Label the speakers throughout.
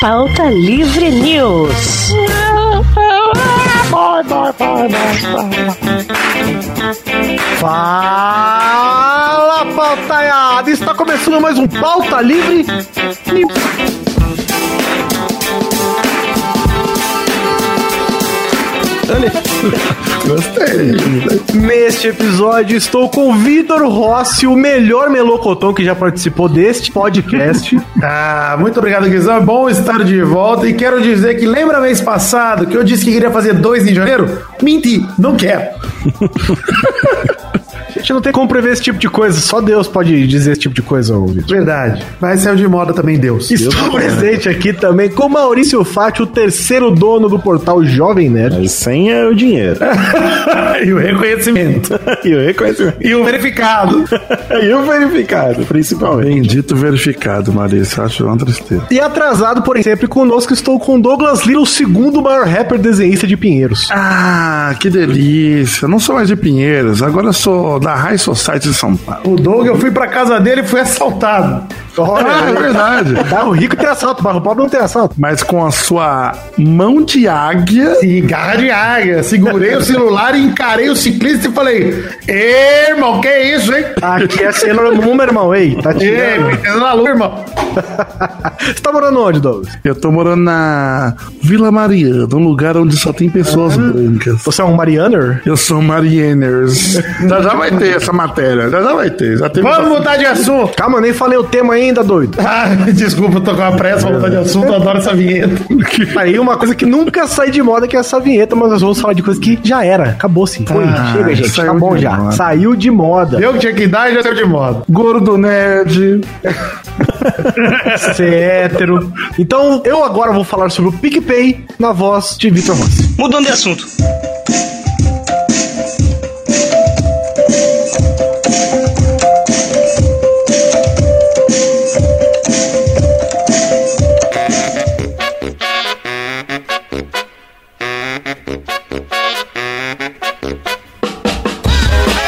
Speaker 1: Pauta Livre News.
Speaker 2: Fala, pautaiada! Está começando mais um Pauta Livre News. Gostei. Neste episódio estou com o Vitor Rossi, o melhor melocotão que já participou deste podcast.
Speaker 3: Ah, muito obrigado, Guizão. É bom estar de volta. E quero dizer que lembra mês passado que eu disse que queria fazer dois em janeiro? Menti, não quero.
Speaker 2: A gente não tem como prever esse tipo de coisa, só Deus pode dizer esse tipo de coisa, ô Vitor.
Speaker 3: Verdade. Mas saiu de moda também Deus.
Speaker 2: Estou presente aqui também com Maurício Fátio, o terceiro dono do portal Jovem Nerd.
Speaker 4: Aí sem é o dinheiro.
Speaker 3: e o reconhecimento.
Speaker 4: e o reconhecimento.
Speaker 3: E o verificado.
Speaker 4: E o verificado, principalmente.
Speaker 5: Bendito verificado, Maurício. Acho uma tristeza.
Speaker 2: E atrasado, porém, sempre conosco, estou com Douglas Lira, o segundo maior rapper desenhista de Pinheiros.
Speaker 5: Ah, que delícia. Não sou mais de Pinheiros, agora sou da High Society de São Paulo.
Speaker 3: O Doug, eu fui pra casa dele e fui assaltado.
Speaker 5: Ah, é verdade.
Speaker 2: Barro rico tem assalto, barro pobre não tem assalto.
Speaker 5: Mas com a sua mão de águia.
Speaker 3: Sim, garra de águia. Segurei o celular, encarei o ciclista e falei: Ei, irmão, que isso, hein?
Speaker 2: Aqui é Sailor Moon, irmão, ei. Tá
Speaker 3: Ei,
Speaker 2: tirando.
Speaker 3: princesa na lua, irmão.
Speaker 2: Você tá morando onde, Douglas?
Speaker 5: Eu tô morando na Vila Mariana, um lugar onde só tem pessoas brancas.
Speaker 2: Você é um Marianer?
Speaker 5: Eu sou Marianers. já já vai ter essa matéria. Já já vai ter. Já teve
Speaker 3: Vamos mudar de assunto.
Speaker 2: Calma, eu nem falei o tema ainda, doido.
Speaker 3: Ah, desculpa, eu tô com a pressa, vou mudar de assunto, eu adoro essa vinheta.
Speaker 2: Aí uma coisa que nunca sai de moda que é essa vinheta, mas nós vamos falar de coisa que já era, acabou sim. Foi, chega, gente, tá
Speaker 5: saiu
Speaker 2: bom
Speaker 5: de
Speaker 2: já.
Speaker 5: moda.
Speaker 2: Saiu de moda.
Speaker 3: Eu que tinha que dar e já saiu de moda.
Speaker 5: Gordo Nerd.
Speaker 2: Você é hétero. Então eu agora vou falar sobre o PicPay na voz de Vitor Rossi.
Speaker 6: Mudando de assunto.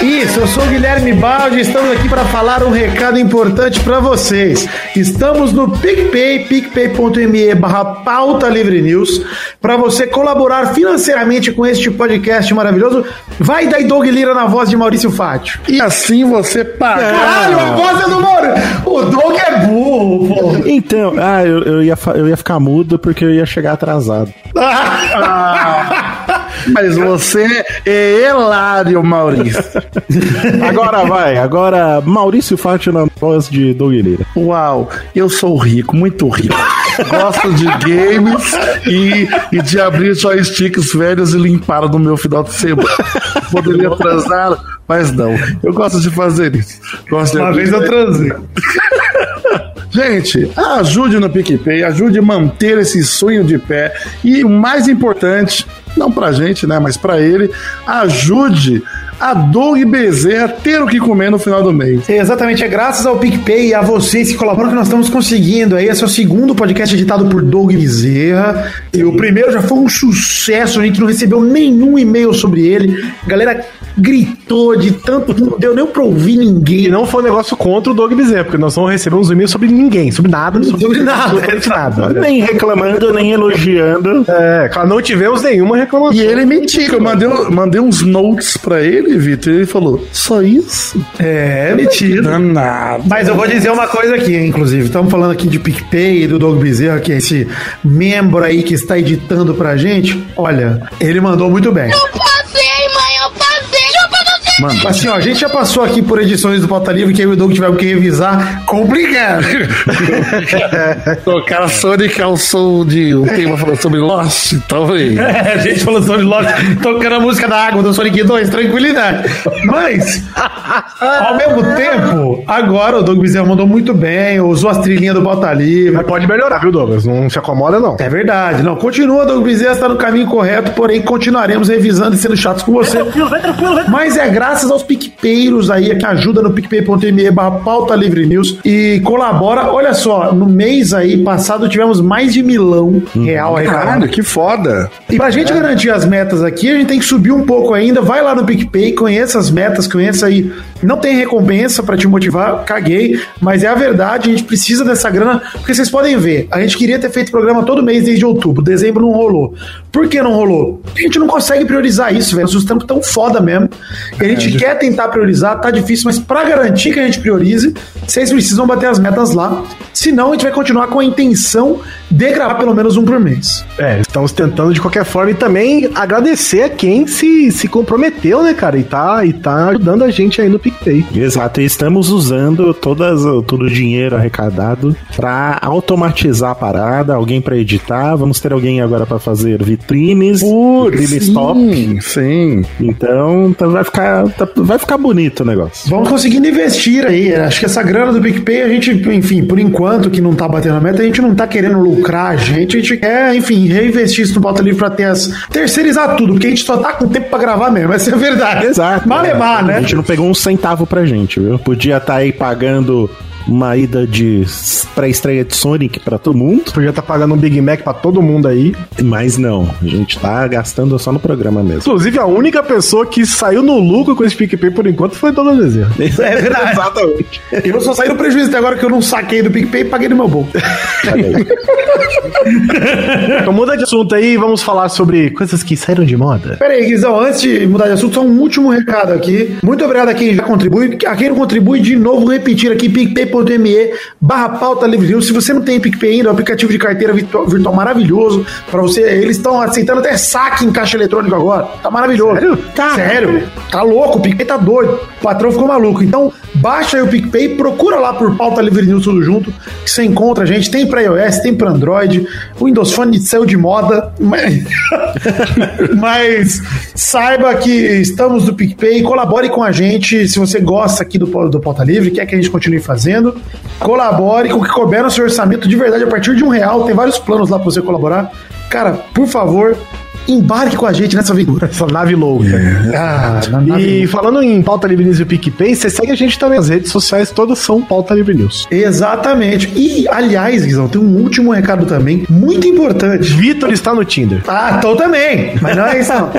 Speaker 3: Isso, eu sou o Guilherme Baldi estamos aqui para falar um recado importante para vocês. Estamos no PicPay, picpay.me barra pauta livre news, para você colaborar financeiramente com este podcast maravilhoso. Vai daí Doug Lira na voz de Maurício Fátio.
Speaker 5: E assim você paga.
Speaker 3: Caralho, a voz é do Moro! O Doug é burro, pô.
Speaker 4: Então, ah, eu, eu ia, fa- eu ia ficar mudo porque eu ia chegar atrasado.
Speaker 5: Mas você é hilário, Maurício.
Speaker 4: Agora vai, agora Maurício Fátio na voz de Doug Lira.
Speaker 5: Uau, eu sou rico, muito rico. Gosto de games e, e de abrir joysticks velhos e limpar no meu final de semana. Poderia transar, mas não. Eu gosto de fazer isso. Gosto de
Speaker 3: Uma
Speaker 5: abrir-
Speaker 3: vez eu transei.
Speaker 5: Gente, ajude no PicPay, ajude a manter esse sonho de pé. E o mais importante, não pra gente, né, mas pra ele, ajude a Doug Bezerra a ter o que comer no final do mês.
Speaker 3: Exatamente, é graças ao PicPay e a vocês que colaboram que nós estamos conseguindo. Aí, esse é o segundo podcast editado por Doug Bezerra. E o primeiro já foi um sucesso, a gente não recebeu nenhum e-mail sobre ele. A galera gritou de tanto, não deu nem pra ouvir
Speaker 2: E
Speaker 3: ninguém.
Speaker 2: não foi um negócio contra o Doug Bezerra, porque nós não recebemos um e-mail sobre ninguém, sobre nada, sobre,
Speaker 3: Sobre nada.
Speaker 2: absolutamente nada.
Speaker 4: Nem reclamando, nem elogiando.
Speaker 2: É, claro, não tivemos nenhuma reclamação.
Speaker 5: E ele mentiu. que Eu mandei, um- mandei uns notes pra ele, Vitor, e ele falou: só isso?
Speaker 3: É, metido.
Speaker 5: Danado.
Speaker 3: Mas eu vou dizer é uma coisa aqui, hein, inclusive. Estamos falando aqui de PicPay e do Doug Bezerra, que é esse membro aí que está editando pra gente. Olha, ele mandou muito bem.
Speaker 7: Eu passei, mãe, eu passei. Chupa você.
Speaker 3: Assim, ó, a gente já passou aqui por edições do Pauta Livre, que eu e o Doug tivemos que revisar. Complicado.
Speaker 5: O cara Sonic é o som de um tema falando sobre Lost, talvez.
Speaker 3: É, a gente falou sobre Lost, tocando a música da água do Sonic 2, tranquilidade. Mas, ao mesmo tempo, agora o Doug Bezerra mandou muito bem, usou as trilhinhas do Pauta Livre.
Speaker 2: Mas pode melhorar, viu, Douglas? Não se acomoda, não.
Speaker 3: É verdade, não. Continua, Doug Bezerra está no caminho correto, porém continuaremos revisando e sendo chatos com você. Mas é graças aos PicPeiros aí que ajuda no picpay.me barra pauta livre news e colabora. Olha só, no mês aí passado tivemos mais de milão real arrecadado.
Speaker 5: Caralho, que foda.
Speaker 3: E pra gente garantir as metas aqui, a gente tem que subir um pouco ainda. Vai lá no PicPay, conheça as metas, conheça aí Não tem recompensa pra te motivar, caguei, mas é a verdade, a gente precisa dessa grana, porque vocês podem ver, a gente queria ter feito programa todo mês desde outubro, dezembro não rolou. Por que não rolou? Porque A gente não consegue priorizar isso, velho. Os trampos tão foda mesmo. E É, a gente quer tentar priorizar, tá difícil, mas pra garantir que a gente priorize, vocês precisam bater as metas lá. Senão a gente vai continuar com a intenção de gravar pelo menos um por mês.
Speaker 2: É, estamos tentando de qualquer forma e também agradecer a quem se, se comprometeu, né, cara? E tá, e tá ajudando a gente aí no PicPay.
Speaker 6: Exato, e estamos usando todas, todo o dinheiro arrecadado pra automatizar a parada, alguém pra editar, vamos ter alguém agora pra fazer vitrines, vitrines top.
Speaker 5: Sim, sim.
Speaker 6: Então tá- vai, ficar, tá- vai ficar bonito o negócio.
Speaker 3: Vamos conseguindo investir aí. Acho que essa grana do PicPay, a gente, enfim, por enquanto que não tá batendo a meta, a gente não tá querendo lucrar, a gente. A gente quer, enfim, reinvestir isso no Pauta Livre pra ter as... terceirizar tudo, porque a gente só tá com tempo pra gravar mesmo. Essa é a verdade. Malemar,
Speaker 6: A
Speaker 3: né?
Speaker 6: gente não pegou um centavo pra gente, viu? Podia estar aí pagando uma ida de pré-estreia de Sonic pra todo mundo,
Speaker 2: Podia tá pagando um Big Mac pra todo mundo aí.
Speaker 6: mas não, a gente tá gastando só no programa mesmo.
Speaker 2: Inclusive, a única pessoa que saiu no lucro com esse PicPay por enquanto foi Dona Bezerra.
Speaker 3: É verdade.
Speaker 6: Exatamente.
Speaker 3: Eu só saí do prejuízo até agora que eu não saquei do PicPay e paguei no meu bolso.
Speaker 2: Então muda de assunto aí, vamos falar sobre coisas que saíram de moda.
Speaker 3: Pera aí, Guizão, antes de mudar de assunto, só um último recado aqui. Muito obrigado a quem já contribui. A quem não contribui, de novo, repetir aqui, picpay.me barra pauta livre news. Se você não tem PicPay ainda, é um aplicativo de carteira virtual, virtual maravilhoso pra você. Eles estão aceitando até saque em caixa eletrônico agora. Tá maravilhoso. Sério? Tá, Sério. Tá louco, o PicPay tá doido. O patrão ficou maluco. Então, baixa aí o PicPay, procura lá por pauta livre news tudo junto, que você encontra a gente. Tem pra iOS, tem pra Android. O Windows Phone saiu de moda, mas... Mas saiba que estamos do PicPay, colabore com a gente. Se você gosta aqui do, Pau- do Pauta Livre, quer que a gente continue fazendo, colabore com o que couber no seu orçamento de verdade a partir de um real. Tem vários planos lá pra você colaborar. Cara, por favor, embarque com a gente nessa aventura.
Speaker 2: Essa nave louca.
Speaker 3: Ah, na- na-
Speaker 2: E falando em Pauta Livre News e PicPay, você segue a gente também. As redes sociais todas são Pauta Livre News.
Speaker 3: Exatamente. E, aliás, Guizão, tem um último recado também, muito importante.
Speaker 2: Vitor está no Tinder.
Speaker 3: Ah, tô também, mas não é isso não.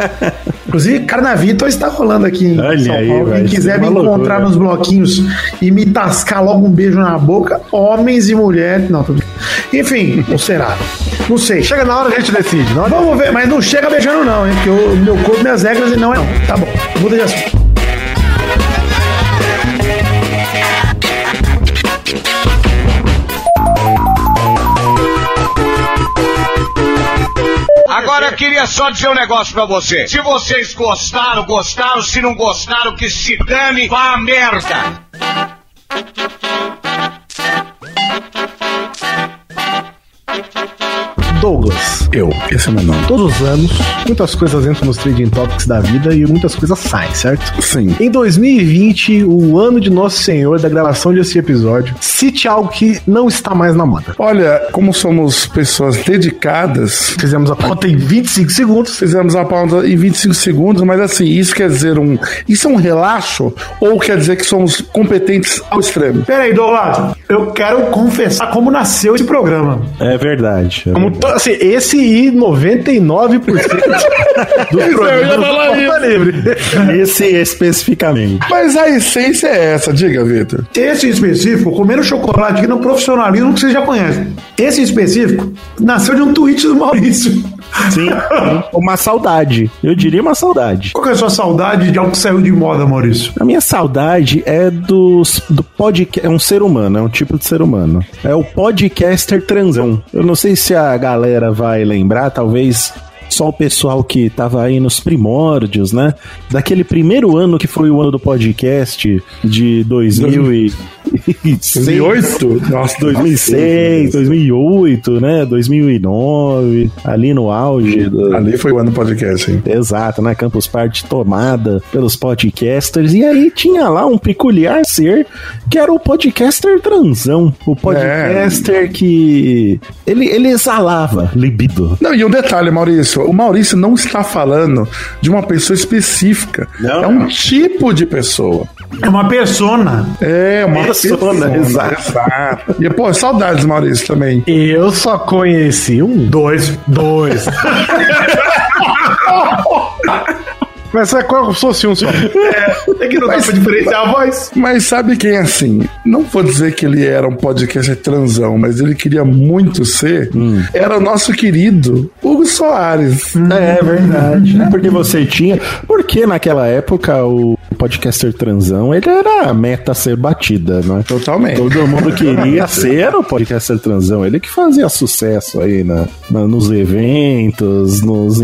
Speaker 3: Inclusive, Carnavitor está rolando aqui em
Speaker 6: Olha
Speaker 3: São
Speaker 6: aí,
Speaker 3: Paulo.
Speaker 6: vai
Speaker 3: Quem
Speaker 6: ser
Speaker 3: quiser me
Speaker 6: uma loucura.
Speaker 3: encontrar nos bloquinhos e me tascar logo um beijo na boca, homens e mulheres. Não, tô... Enfim, ou será? Não sei.
Speaker 2: Chega na hora, a gente decide. Na hora...
Speaker 3: Vamos ver, mas não chega beijando, não, hein? Porque o meu corpo, minhas regras, e não é não. Tá bom, muda de assunto.
Speaker 8: Agora eu queria só dizer um negócio pra você. Se vocês gostaram, gostaram. Se não gostaram, que se dane, vá a merda.
Speaker 2: Douglas.
Speaker 5: Eu, esse é meu nome.
Speaker 2: Todos os anos, muitas coisas entram nos trading topics da vida e muitas coisas saem, certo?
Speaker 5: Sim.
Speaker 2: Em 2020, o ano de Nosso Senhor, da gravação desse episódio, cite algo que não está mais na moda.
Speaker 5: Olha, como somos pessoas dedicadas,
Speaker 2: Fizemos a pauta em 25 segundos.
Speaker 5: fizemos a pauta em 25 segundos, mas assim, isso quer dizer um. Isso é um relaxo? Ou quer dizer que somos competentes ao extremo? É,
Speaker 3: Pera aí, Douglas, eu quero confessar como nasceu esse programa.
Speaker 6: É verdade. é
Speaker 2: Como to-
Speaker 6: verdade.
Speaker 2: assim, esse e 99% do programa do
Speaker 5: falar
Speaker 2: Pauta Livre.
Speaker 6: Esse especificamente.
Speaker 5: Mas a essência é essa, diga, Vitor.
Speaker 3: Esse em específico, comendo chocolate aqui no profissionalismo que vocês já conhecem. Esse em específico nasceu de um tweet do Maurício.
Speaker 6: Sim, uma saudade. Eu diria uma saudade.
Speaker 3: Qual que é a sua saudade de algo que saiu de moda, Maurício?
Speaker 6: A minha saudade é dos, do podcast. É um ser humano, é um tipo de ser humano. É o podcaster transão. Eu não sei se a galera vai lembrar, talvez só o pessoal que tava aí nos primórdios, né? Daquele primeiro ano que foi o ano do podcast de 2006.
Speaker 5: 2008? Nossa,
Speaker 6: 2006, 2008, né? 2009, ali no auge do,
Speaker 5: Ali foi o ano do podcast, hein?
Speaker 6: Exato, né? Campus Party tomada pelos podcasters. E aí tinha lá um peculiar ser que era o podcaster transão. O É. podcaster que. Ele, ele exalava libido.
Speaker 5: Não, e um detalhe, Maurício. O Maurício não está falando de uma pessoa específica.
Speaker 6: Não.
Speaker 5: é um tipo de pessoa.
Speaker 3: É uma persona.
Speaker 5: É, uma
Speaker 6: Persona, exato.
Speaker 5: exato. E, pô, saudades, Maurício, também.
Speaker 2: Eu só conheci um. Dois. Dois. Mas sabe qual? Eu sou sim um só.
Speaker 3: É que não dá pra diferenciar a voz.
Speaker 5: Mas sabe quem é assim? Não vou dizer que ele era um podcaster transão, mas ele queria muito ser. Era o nosso querido Hugo Soares.
Speaker 6: É verdade. Né? Porque você tinha. Porque naquela época o podcaster transão ele era a meta a ser batida, né?
Speaker 5: Totalmente.
Speaker 6: Todo mundo queria ser o podcaster transão. Ele que fazia sucesso aí na, na- nos eventos, nos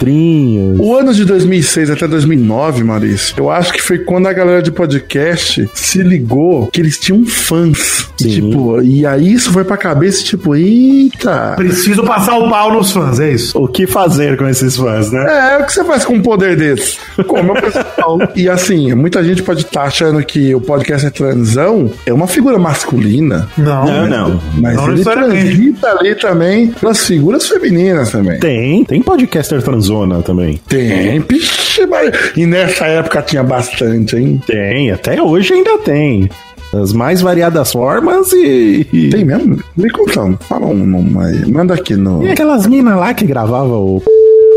Speaker 6: encontrinhos.
Speaker 5: O ano de 2006 até 2009, Maurício, eu acho que foi quando a galera de podcast se ligou que eles tinham fãs.
Speaker 6: Sim.
Speaker 5: Tipo, e aí isso foi pra cabeça, tipo, eita.
Speaker 3: Preciso passar o pau nos fãs, é isso.
Speaker 6: O que fazer com esses fãs, né?
Speaker 5: É, o que você faz com um poder desse? Como é o pessoal. e assim, muita gente pode estar achando que o podcast é transão, é uma figura masculina,
Speaker 3: Não. né?
Speaker 6: Não, não.
Speaker 5: mas
Speaker 3: Não
Speaker 5: ele
Speaker 3: necessariamente.
Speaker 5: transita ali também pelas figuras femininas também.
Speaker 6: Tem, tem podcaster transona também.
Speaker 5: Tem, pixe, mas... E nessa época tinha bastante, hein?
Speaker 6: Tem, até hoje ainda tem. As mais variadas formas e. e-
Speaker 5: Tem mesmo? Me contando. Fala um nome aí. Manda aqui no.
Speaker 6: E aquelas minas lá que gravava o.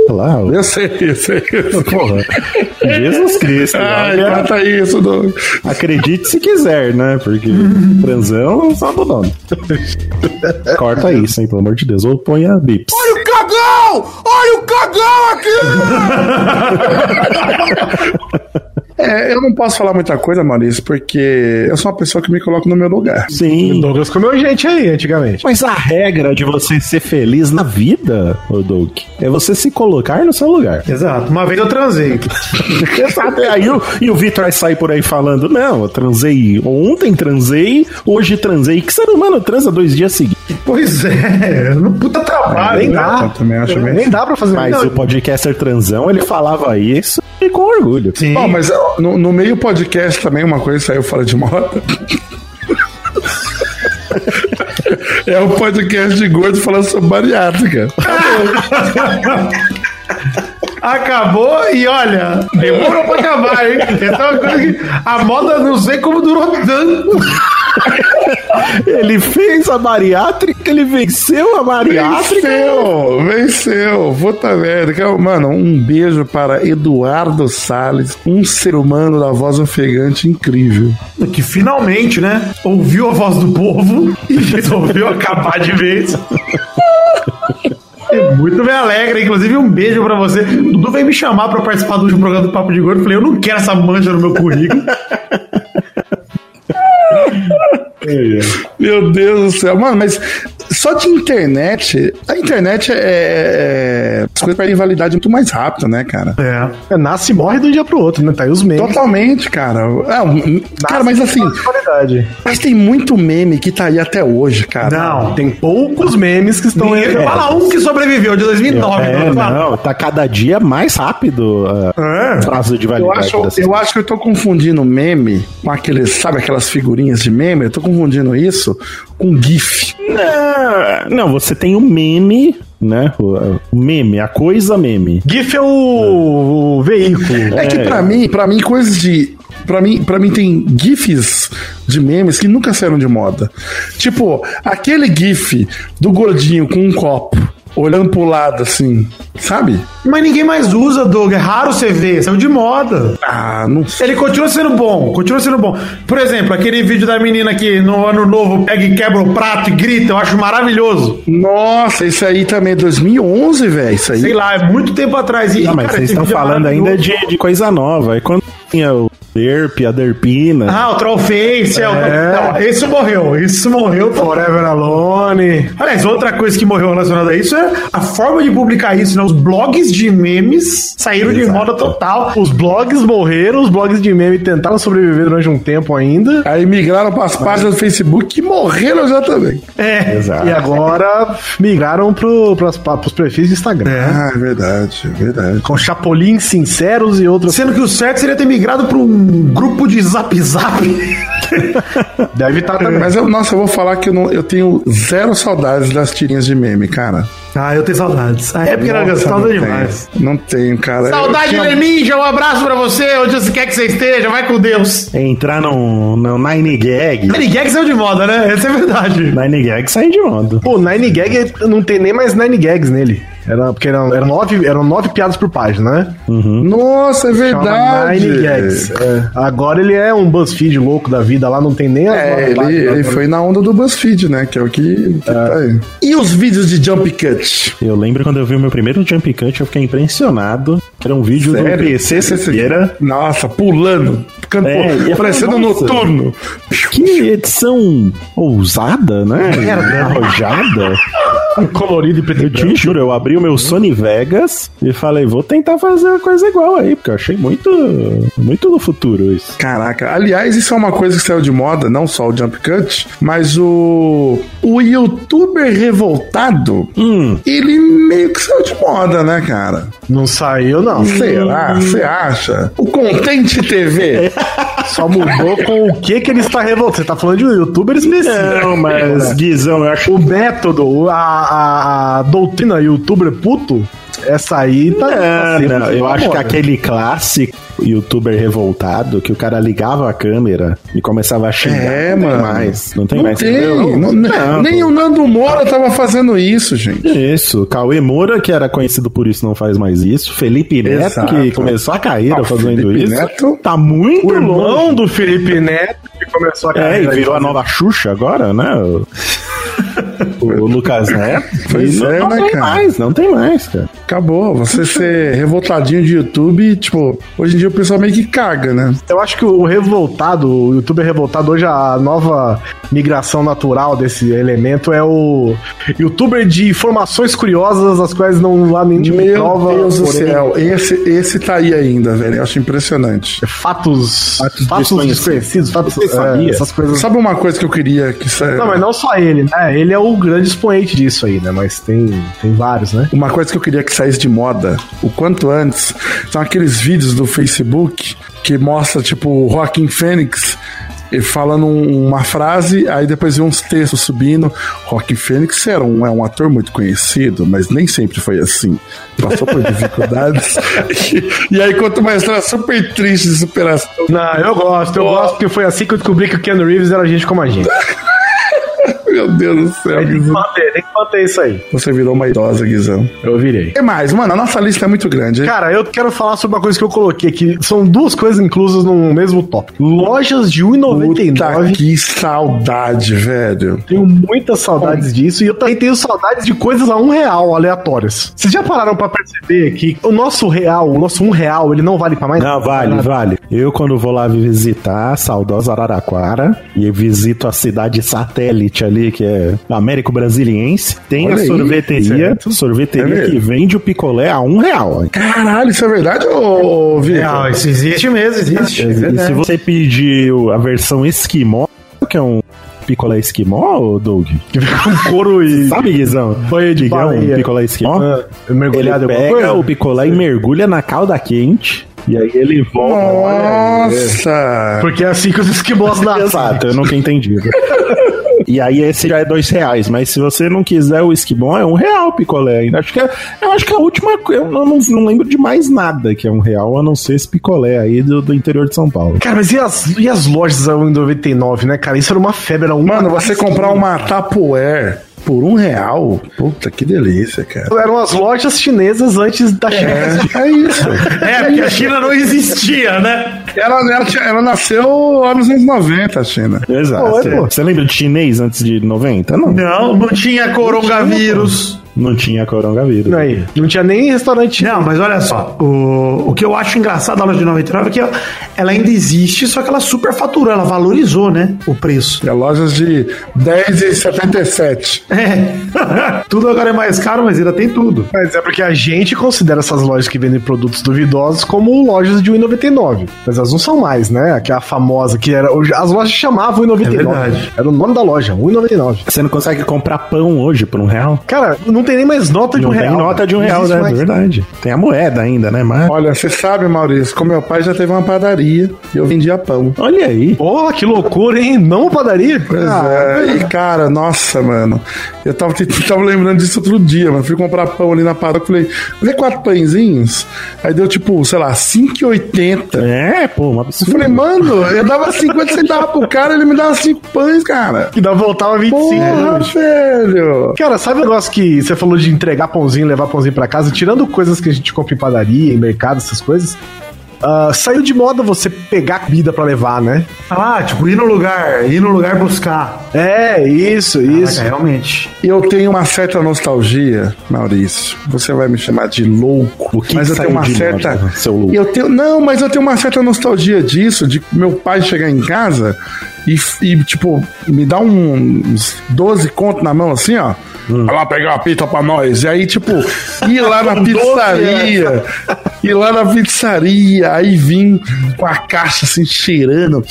Speaker 6: Lá, o...
Speaker 5: Eu sei, eu sei, eu sei.
Speaker 6: Porra. Jesus Cristo.
Speaker 2: Ah,
Speaker 5: Ai,
Speaker 2: é.
Speaker 6: olha.
Speaker 5: conta isso, Doug.
Speaker 6: Acredite se quiser, né? Porque transão só do nome. Corta isso, hein? Pelo amor de Deus. Ou põe a bips.
Speaker 5: É, eu não posso falar muita coisa, Maurício, porque eu sou uma pessoa que me coloca no meu lugar.
Speaker 6: Sim.
Speaker 2: Douglas comeu gente aí, antigamente.
Speaker 6: Mas a regra de você ser feliz na vida, ô Doug, é você se colocar no seu lugar.
Speaker 3: Exato. Uma vez eu transei.
Speaker 6: Exato. Aí o, e o Vitor vai sair por aí falando: Não, eu transei ontem, transei, hoje transei. Que ser humano transa dois dias seguidos?
Speaker 3: Pois é. No puta trabalho.
Speaker 2: Nem
Speaker 3: né?
Speaker 2: dá.
Speaker 5: Então, Eu também acho bem.
Speaker 2: Nem dá pra fazer
Speaker 6: Mas
Speaker 2: Não,
Speaker 6: o podcaster transão, ele falava isso e com orgulho.
Speaker 3: Sim.
Speaker 5: Ó, mas ó, no, no meio podcast também uma coisa saiu fora de moda. É o podcast de gordo falando sobre bariátrica.
Speaker 3: Acabou e olha, demorou pra acabar, hein? Essa é uma coisa que a moda não sei como durou tanto.
Speaker 6: Ele fez a bariátrica, ele venceu a bariátrica.
Speaker 5: Venceu, venceu. Puta merda. Quero- Mano, um beijo para Eduardo Salles, um ser humano da voz ofegante incrível.
Speaker 3: Que finalmente, né? Ouviu a voz do povo e resolveu acabar de vez. É Muito me alegra, inclusive um beijo pra você. Dudu veio me chamar pra participar do último programa do Papo de Gordo. Eu Falei, eu não quero essa mancha no meu currículo.
Speaker 5: Meu Deus do céu. Mano, mas só de internet, a internet é. é- As coisas perdem validade muito mais rápido, né, cara?
Speaker 3: É.
Speaker 2: é, nasce e morre de um dia pro outro, né? Tá aí os memes.
Speaker 5: Totalmente, cara. Ah, um- cara, mas assim,
Speaker 2: Qualidade.
Speaker 5: mas tem muito meme que tá aí até hoje, cara.
Speaker 3: Não.
Speaker 2: Tem poucos memes que estão aí.
Speaker 3: Ninguém- Fala um que sobreviveu de 2009.
Speaker 6: É,
Speaker 5: um
Speaker 3: então, claro.
Speaker 6: não, tá cada dia mais rápido a prazo de
Speaker 5: É. Eu
Speaker 6: validade
Speaker 5: acho, assim.
Speaker 6: dessas-
Speaker 5: eu acho que eu tô confundindo meme com aqueles, sabe aquelas figurinhas de meme? Eu tô confundindo isso com GIF.
Speaker 6: Não, É, não, você tem o meme, né? O, o meme, a coisa meme.
Speaker 2: GIF é o, o veículo.
Speaker 5: É, que pra mim, para mim coisas de Pra mim, pra mim tem GIFs de memes que nunca saíram de moda. Tipo, aquele GIF do gordinho com um copo, olhando pro lado assim, sabe?
Speaker 3: Mas ninguém mais usa, Doug. É raro você ver. Saiu de moda.
Speaker 5: Ah, não sei.
Speaker 3: Ele continua sendo bom, continua sendo bom. Por exemplo, aquele vídeo da menina que no ano novo pega e quebra o prato e grita, eu acho maravilhoso.
Speaker 5: Nossa, esse aí também é 2011, velho. Isso aí.
Speaker 3: Sei lá, é muito tempo atrás. E,
Speaker 6: Não, mas
Speaker 3: cara,
Speaker 6: vocês
Speaker 3: esse
Speaker 6: estão
Speaker 3: vídeo é
Speaker 6: falando ainda
Speaker 3: maravilhoso.
Speaker 6: de, de coisa nova. E quando tinha o derp, a derpina.
Speaker 3: Ah, o Trollface. É. o- Não, esse morreu, isso morreu.
Speaker 2: Forever Alone.
Speaker 3: Aliás, outra coisa que morreu relacionada a isso é a forma de publicar isso, né? Os blogs de memes saíram de moda total.
Speaker 2: Os blogs morreram, os blogs de meme tentaram sobreviver durante um tempo ainda.
Speaker 5: Aí migraram pras páginas do Facebook e morreram já também.
Speaker 3: É.
Speaker 6: Exato.
Speaker 2: E agora migraram pro, pras, pa- pros perfis do Instagram.
Speaker 5: Ah, é verdade, é verdade.
Speaker 2: Com chapolins sinceros e outros.
Speaker 3: Sendo que o certo seria ter migrado para um grupo de zap zap.
Speaker 6: é
Speaker 2: Deve estar também.
Speaker 5: Mas eu, nossa, eu vou falar que eu, não- eu tenho zero saudades das tirinhas de meme, cara.
Speaker 3: Ah, eu tenho saudades. A época era
Speaker 5: Nossa, não
Speaker 3: gostosa
Speaker 5: tenho.
Speaker 3: demais.
Speaker 5: Não tenho, cara. Eu
Speaker 3: Saudade
Speaker 5: tinha-
Speaker 3: do Ninja, um abraço pra você, onde quer que você esteja, vai com Deus.
Speaker 6: Entrar no, no Nine Gag.
Speaker 3: Nine Gag saiu de moda, né? Essa é verdade.
Speaker 6: Nine Gag sair de moda.
Speaker 2: Pô, Nine Gag não tem nem mais Nine Gags nele. Era, porque eram, eram, nove, eram nove piadas por página, né?
Speaker 5: Nossa, é
Speaker 2: Chama
Speaker 5: verdade.
Speaker 2: Nine Gags. É. Agora ele é um BuzzFeed louco da vida lá, não tem nem as
Speaker 5: É,
Speaker 2: horas lá,
Speaker 5: ele, ele
Speaker 2: agora-
Speaker 5: foi na onda do BuzzFeed, né? Que é o que, que tá aí. E os vídeos de Jump Cut?
Speaker 6: Eu lembro quando eu vi o meu primeiro Jump Cut, eu fiquei impressionado. Era um vídeo
Speaker 5: Sério?
Speaker 6: do PC Cecilheira.
Speaker 5: Nossa, pulando, cantando,
Speaker 6: É, e eu falei,
Speaker 5: parecendo
Speaker 6: nossa.
Speaker 5: noturno.
Speaker 6: Que edição ousada, né? Arrojada.
Speaker 2: colorido e preto
Speaker 6: Eu te juro, eu abri o meu Sony Vegas e falei, vou tentar fazer uma coisa igual aí, porque eu achei muito, muito no futuro isso.
Speaker 5: Caraca, aliás, isso é uma coisa que saiu de moda, não só o Jump Cut, mas o. O youtuber revoltado,
Speaker 6: Hum.
Speaker 5: ele meio que saiu de moda, né, cara?
Speaker 2: Não saiu, não.
Speaker 5: Será?
Speaker 6: Hum.
Speaker 5: Você acha? O Contente TV.
Speaker 2: Só mudou com o que que ele está revoltado. Você tá falando de um youtuber específico.
Speaker 6: Não, mas Guizão, eu acho
Speaker 2: O método, a, a, a doutrina youtuber puto, essa aí tá. tá
Speaker 6: É, Não,
Speaker 2: sempre
Speaker 6: não, né, eu
Speaker 2: na
Speaker 6: acho que
Speaker 2: moda.
Speaker 6: aquele clássico youtuber revoltado que o cara ligava a câmera e começava a xingar.
Speaker 5: É,
Speaker 6: não
Speaker 5: mano.
Speaker 6: Tem mais, não tem
Speaker 5: Não
Speaker 6: mais.
Speaker 5: tem.
Speaker 6: entendeu?
Speaker 5: não-
Speaker 6: Não,
Speaker 5: nem o Nando Moura tava fazendo isso, gente.
Speaker 6: Isso, Cauê Moura, que era conhecido por isso, não faz mais isso. Felipe Neto,
Speaker 5: Exato.
Speaker 6: que começou a carreira
Speaker 5: Ah,
Speaker 6: fazendo
Speaker 5: Felipe
Speaker 6: isso.
Speaker 5: Neto?
Speaker 6: tá muito
Speaker 2: O
Speaker 6: longe.
Speaker 2: irmão do Felipe Neto que começou a
Speaker 6: É, e
Speaker 2: carreira de
Speaker 6: virou a
Speaker 2: fazer-
Speaker 6: nova Xuxa agora, né? O, o Lucas Neto.
Speaker 5: Pois
Speaker 6: E não,
Speaker 5: é,
Speaker 6: não
Speaker 5: né,
Speaker 6: tem
Speaker 5: cara?
Speaker 6: mais, não tem mais, cara.
Speaker 5: Acabou. Você ser revoltadinho de YouTube, tipo, hoje em dia o pessoal meio que caga, né?
Speaker 2: Eu acho que o revoltado, o youtuber revoltado, hoje a nova migração natural desse elemento é o youtuber de informações curiosas, as quais não há nenhuma
Speaker 5: Meu
Speaker 2: prova.
Speaker 5: Deus do
Speaker 2: porém,
Speaker 5: céu, esse, esse tá aí ainda, velho. Eu acho impressionante.
Speaker 2: É Fatos, fatos, desconhecidos, fatos,
Speaker 6: Você sabia?
Speaker 2: é, essas coisas.
Speaker 5: Sabe uma coisa que eu queria que sa-
Speaker 2: Não, mas não só ele, né? Ele é o grande expoente disso aí, né? Mas tem, tem vários, né?
Speaker 5: Uma coisa que eu queria que saísse de moda o quanto antes são aqueles vídeos do Facebook que mostra, tipo, o Rockin' Fênix e falando um- uma frase, aí depois vem uns textos subindo. Rockin' Fênix era um, é um ator muito conhecido, mas nem sempre foi assim. Passou por dificuldades. e, e aí conta uma história super triste de superação.
Speaker 2: Não, eu gosto, eu gosto porque foi assim que eu descobri que o Ken Reeves era gente como a gente.
Speaker 5: Meu Deus do céu,
Speaker 2: Tem que
Speaker 5: Guizão.
Speaker 2: manter, tem que manter isso aí.
Speaker 5: Você virou uma idosa, Guizão.
Speaker 2: Eu virei.
Speaker 5: O que mais? Mano, a nossa lista é muito grande. hein?
Speaker 2: Cara, eu quero falar sobre uma coisa que eu coloquei aqui. São duas coisas inclusas no mesmo tópico. Lojas de
Speaker 5: Puta,
Speaker 2: R$1,99.
Speaker 5: que saudade, velho.
Speaker 2: Tenho muitas saudades disso e eu também tenho saudades de coisas a um real aleatórias. Vocês já pararam pra perceber que o nosso real, o nosso um real, ele não vale pra mais
Speaker 6: Não, vale, vale. Eu, quando vou lá visitar a saudosa Araraquara e visito a cidade satélite ali, que é Américo Brasiliense, tem
Speaker 5: Olha
Speaker 6: a
Speaker 5: aí,
Speaker 2: é
Speaker 6: sorveteria, sorveteria
Speaker 5: É mesmo?
Speaker 6: que vende o picolé a um real. hein?
Speaker 5: Caralho, isso é verdade, ô, ô Vitor?
Speaker 2: Não, isso existe mesmo, existe.
Speaker 6: E se você pedir o- a versão esquimó, que é um picolé esquimó, ô, Doug?
Speaker 2: Com couro e
Speaker 6: Sabe, Guizão?
Speaker 2: banho de
Speaker 6: Que é um
Speaker 2: baleia.
Speaker 6: picolé esquimó?
Speaker 2: Ah,
Speaker 6: Ele
Speaker 2: mergulhado em alguma
Speaker 6: pega
Speaker 2: coisa?
Speaker 6: o picolé e mergulha na calda quente. E aí ele volta.
Speaker 5: Nossa!
Speaker 2: Porque é assim que os esquimós nascem.
Speaker 6: Exato, eu nunca entendi. e aí esse já é dois reais, mas se você não quiser o esquimó, é um real o picolé ainda. Acho que é, eu acho que a última, co- eu não, não- não lembro de mais nada que é um real, a não ser esse picolé aí do, do interior de São Paulo.
Speaker 2: Cara, mas e as, e as lojas a 1,99, né, cara? Isso era uma febre, era um.
Speaker 5: Mano, você comprar uma Tupperware por um real? Puta, que delícia, cara.
Speaker 2: Eram as lojas chinesas antes da China.
Speaker 5: É, é isso.
Speaker 2: É, porque a China não existia, né?
Speaker 5: Ela, ela, tinha- ela nasceu lá nos anos 90, a China.
Speaker 6: Exato.
Speaker 2: Pô, é, pô.
Speaker 6: Você lembra de chinês antes de 90? Não. Não,
Speaker 3: Não, não tinha coronavírus.
Speaker 6: tinha coronavírus.
Speaker 2: Aí, não é tinha nem restaurante.
Speaker 3: Não, mas olha só, o, o que eu acho engraçado da loja de 99 é que ela ainda existe, só que ela superfaturou, ela valorizou, né, o preço.
Speaker 5: É lojas de 10,77.
Speaker 3: É. tudo agora é mais caro, mas ainda tem tudo.
Speaker 2: Mas é porque a gente considera essas lojas que vendem produtos duvidosos como lojas de 1,99. Mas elas não são mais, né? Aquela famosa que era. As lojas chamavam 1,99.
Speaker 3: verdade.
Speaker 2: era o nome da loja, 1,99.
Speaker 6: Você não consegue comprar pão hoje por um real?
Speaker 2: Cara, não tem nem mais nota de
Speaker 6: Não
Speaker 2: um
Speaker 6: tem
Speaker 2: real.
Speaker 6: nota de um real,
Speaker 2: Não
Speaker 6: né?
Speaker 2: existe mais.
Speaker 6: Verdade. Tem a moeda ainda, né? Mas...
Speaker 5: Olha, você sabe, Maurício, como meu pai já teve uma padaria e eu vendia pão.
Speaker 6: Olha aí.
Speaker 2: Porra, que loucura, hein? Não padaria? Ah,
Speaker 5: Pois
Speaker 6: Ah,
Speaker 5: é. E, cara, nossa, mano. Eu tava, te- tava lembrando disso outro dia, mano. Fui comprar pão ali na parada. eu Falei, vê quatro pãezinhos. Aí deu tipo, sei lá, 5,80.
Speaker 6: É, pô, uma
Speaker 5: Eu falei, mano, eu dava 50 centavos pro cara, ele me dava 5 pães, cara.
Speaker 2: Que dá voltava 25.
Speaker 6: é
Speaker 5: Porra, velho.
Speaker 2: Cara, sabe o negócio que. você falou de entregar pãozinho, levar pãozinho pra casa, tirando coisas que a gente compra em padaria, em mercado, essas coisas. ah, saiu de moda você pegar comida pra levar, né?
Speaker 3: Ah, tipo, ir no lugar, ir no lugar buscar.
Speaker 2: É, isso, isso.
Speaker 3: Caraca, realmente.
Speaker 5: Eu tenho uma certa nostalgia, Maurício. Você vai me chamar de louco,
Speaker 6: O que
Speaker 5: mas eu
Speaker 6: saiu
Speaker 5: tenho uma
Speaker 6: de
Speaker 5: certa.
Speaker 6: moda, seu louco?
Speaker 5: Eu tenho não, mas eu tenho uma certa nostalgia disso, de meu pai chegar em casa e, e, tipo me dar um- uns 12 conto na mão assim, ó. Vai lá pegar uma pizza pra nós. E aí, tipo, ir lá na pizzaria. Ir lá na pizzaria. Aí vim com a caixa assim, cheirando.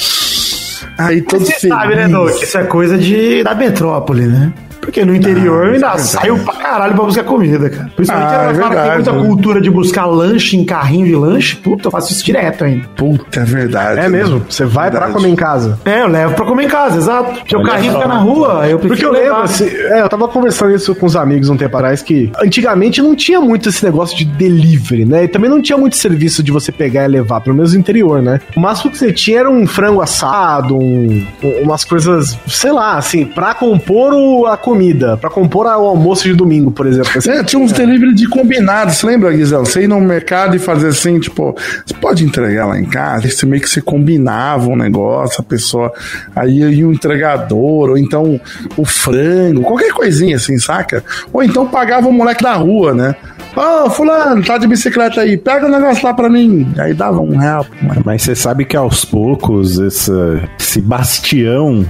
Speaker 5: Aí todo
Speaker 3: Você sabe, né,
Speaker 5: feliz.
Speaker 3: Doug? Isso é coisa de, da metrópole, né? Porque no interior ainda saiu pra caralho pra buscar comida, cara. Principalmente
Speaker 5: Ah, é
Speaker 3: é ah, que tem
Speaker 5: verdade,
Speaker 3: muita
Speaker 5: né?
Speaker 3: cultura de buscar lanche em carrinho de lanche. Puta, eu faço isso direto ainda.
Speaker 5: Puta, é verdade.
Speaker 2: É mesmo, você vai pra
Speaker 5: Verdade.
Speaker 2: comer em casa.
Speaker 3: É, eu levo pra comer em casa, exato. Porque o carrinho fica na rua, eu prefiro
Speaker 2: Porque eu
Speaker 3: levar. né?
Speaker 2: lembro, assim, é, eu tava conversando isso com os amigos um tempo atrás, que antigamente não tinha muito esse negócio de delivery, né? E também não tinha muito serviço de você pegar e levar, pelo menos no interior, né? O máximo que você tinha era um frango assado, um- um- umas coisas, sei lá, assim, pra compor o- a comida, pra compor a- o almoço de domingo, por exemplo. Assim,
Speaker 5: É, tinha uns delivery de combinado, você lembra, Guizão? Você ir no mercado e fazer assim, tipo, você pode entregar lá em casa, isso meio que você combinava um negócio, a pessoa, aí ia um entregador, ou então o frango, qualquer coisinha assim, saca? Ou então pagava o moleque da rua, né? Ô, fulano, tá de bicicleta aí, pega o negócio lá pra mim. Aí dava um real. pro moleque.
Speaker 6: Mas você sabe que aos poucos essa- esse bastião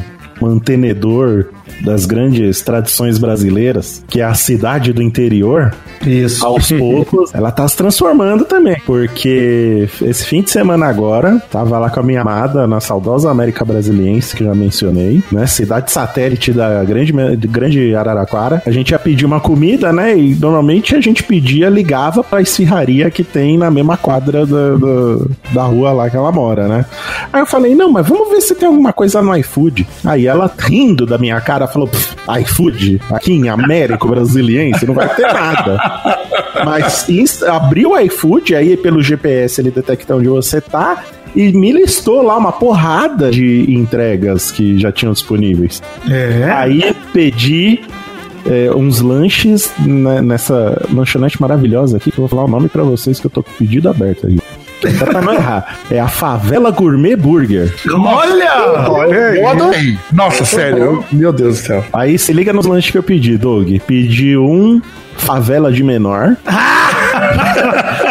Speaker 6: mantenedor das grandes tradições brasileiras, que é a cidade do interior,
Speaker 3: Isso.
Speaker 6: aos poucos, ela tá se transformando também. Porque esse fim de semana agora, tava lá com a minha amada, na saudosa América Brasiliense, que eu já mencionei, né? Cidade satélite da grande, de grande Araraquara. A gente ia pedir uma comida, né? E normalmente a gente pedia, ligava pra esfirraria que tem na mesma quadra da, da, da rua lá que ela mora, né? Aí eu falei, não, mas vamos ver se tem alguma coisa no iFood. Aí ela, rindo da minha cara, falou, "Pff, iFood? Aqui em Américo Brasiliense não vai ter nada. Mas inst- abriu o iFood, aí pelo GPS ele detecta onde você tá e me listou lá uma porrada de entregas que já tinham disponíveis.
Speaker 3: É.
Speaker 6: Aí pedi é, uns lanches né, nessa lanchonete maravilhosa aqui, que eu vou falar o nome pra vocês que eu tô com o pedido aberto aí. Até pra não errar. É a Favela Gourmet Burger.
Speaker 3: Olha!
Speaker 2: olha aí.
Speaker 5: Eu adorei. Nossa, sério. eu- meu Deus do céu.
Speaker 6: Aí se liga nos lanches que eu pedi, Doug. Pedi um favela de menor.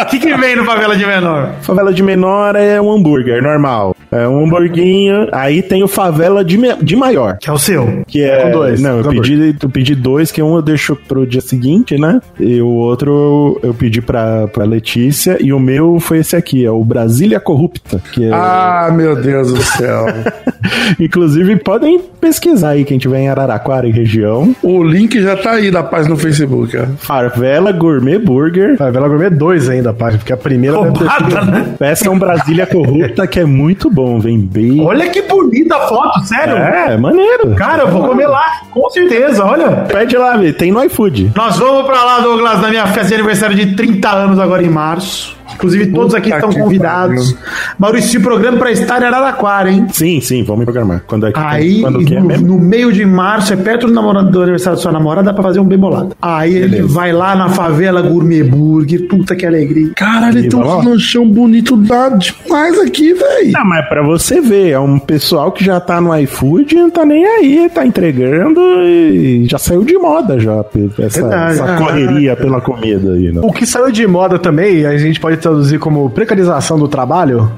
Speaker 3: O que, que vem no favela de menor?
Speaker 6: Favela de menor é um hambúrguer normal. É um hamburguinho. Aí tem o favela de, me- de maior.
Speaker 3: Que é o seu.
Speaker 6: Que é.
Speaker 2: Com dois,
Speaker 6: Não, eu
Speaker 2: com
Speaker 6: pedi, eu pedi dois, que um eu deixo pro dia seguinte, né? E o outro eu pedi pra, pra Letícia. E o meu foi esse aqui, é o Brasília Corrupta. Que é-
Speaker 5: Ah, meu Deus do céu.
Speaker 6: Inclusive, podem pesquisar aí quem tiver em Araraquara e região.
Speaker 5: o link já tá aí da página no Facebook, ó.
Speaker 6: Favela Gourmet Burger.
Speaker 2: Vai, Vela Gourmet 2 ainda, página, porque a primeira deve ter sido-
Speaker 3: Roubada, né?
Speaker 6: Peça um Brasília Corrupta que é muito bom, vem bem.
Speaker 3: Olha que bonita a foto, sério.
Speaker 6: É, maneiro.
Speaker 3: Cara, eu vou comer lá, com certeza, olha.
Speaker 6: Pede lá, Vê, tem no iFood.
Speaker 3: Nós vamos pra lá, Douglas, na minha festa de aniversário de 30 anos agora em março. Inclusive, todos aqui
Speaker 5: Puta
Speaker 3: estão
Speaker 5: que
Speaker 3: convidados. Maurício, programa pra estar em Araraquara, hein?
Speaker 6: Sim, sim, vamos programar. Quando é que
Speaker 3: Aí,
Speaker 6: quando que é
Speaker 3: no,
Speaker 6: mesmo?
Speaker 3: no meio de março, é perto do, namorado, do aniversário da sua namorada, dá pra fazer um bem bolado. Aí ele vai lá na favela Gourmet Burger, puta que alegria.
Speaker 5: Caralho, tem
Speaker 6: vai
Speaker 5: um
Speaker 6: lá.
Speaker 5: lanchão bonito dá demais aqui, velho.
Speaker 6: Ah, mas pra você ver, é um pessoal que já tá no iFood e não tá nem aí, tá entregando e já saiu de moda já pe- essa,
Speaker 3: Verdade.
Speaker 6: essa correria pela comida aí, né?
Speaker 2: O que saiu de moda também, a gente pode traduzir como precarização do trabalho,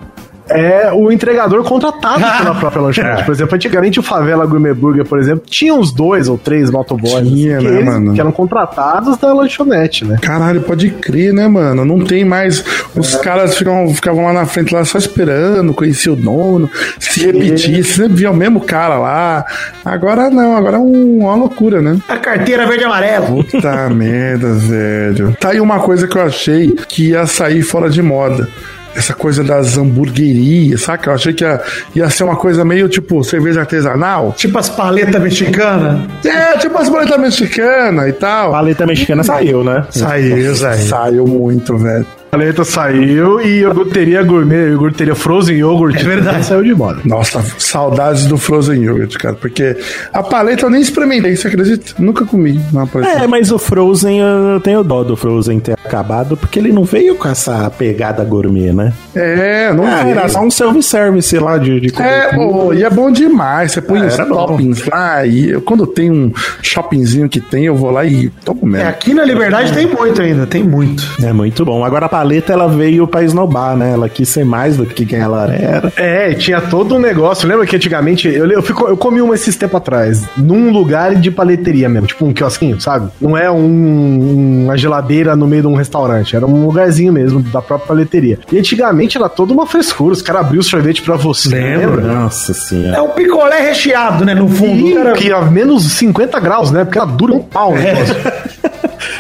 Speaker 2: é o entregador contratado pela própria lanchonete. Por exemplo, antigamente o Favela Gourmet Burger, por exemplo, tinha uns dois ou três motoboys
Speaker 5: Tinha,
Speaker 2: assim, que,
Speaker 5: né,
Speaker 2: eles-
Speaker 5: mano?
Speaker 2: que eram contratados da lanchonete, né?
Speaker 5: Caralho, pode crer, né, mano? Não tem mais. Os caras ficam, ficavam lá na frente, lá só esperando, conhecia o dono, se repetia, sempre via o mesmo cara lá. Agora não, agora é um- uma loucura, né?
Speaker 3: A carteira verde e amarela.
Speaker 5: Puta merda, velho. Tá aí uma coisa que eu achei que ia sair fora de moda. Essa coisa das hamburguerias, saca? Eu achei que ia, ia ser uma coisa meio tipo cerveja artesanal.
Speaker 3: Tipo as paletas mexicanas.
Speaker 5: É, tipo as boletas mexicanas e tal.
Speaker 6: Paleta mexicana saiu, né?
Speaker 5: Saiu, saiu. Saiu muito, velho.
Speaker 2: paleta saiu e iogurteria gourmet, iogurteria frozen yogurt. É verdade. Saiu de moda.
Speaker 5: Nossa, saudades do Frozen Yogurt, cara. Porque a paleta eu nem experimentei, você acredita? Nunca comi uma paleta.
Speaker 6: É, mas o Frozen, eu tenho dó do Frozen ter acabado, porque ele não veio com essa pegada gourmet, né?
Speaker 5: É, não
Speaker 6: Ah,
Speaker 5: era.
Speaker 6: era só um self-service lá de, de comer
Speaker 5: É,
Speaker 6: tudo.
Speaker 5: ô, e é bom demais. Você põe
Speaker 6: Ah,
Speaker 5: os
Speaker 6: era bom.
Speaker 5: toppings lá e eu- quando tem um shoppingzinho que tem, eu vou lá e tô
Speaker 3: É,
Speaker 5: comendo.
Speaker 3: aqui na Liberdade tem muito ainda, tem muito.
Speaker 6: É muito bom. Agora a paleta ela veio pra esnobar, né? Ela quis ser mais do que quem ela era.
Speaker 2: É, tinha todo um negócio. Lembra que antigamente eu, eu, fico- eu comi uma esses tempos atrás, num lugar de paleteria mesmo, tipo um quiosquinho, sabe? Não é um- uma geladeira no meio de um restaurante, era um lugarzinho mesmo da própria paleteria. E antigamente era toda uma frescura, os caras abriam o sorvete pra você, lembra?
Speaker 6: Nossa senhora.
Speaker 3: É um picolé recheado, né? No fundo.
Speaker 2: Ih,
Speaker 3: Cara,
Speaker 2: que a menos 50 graus, né? Porque ela dura um pau, né?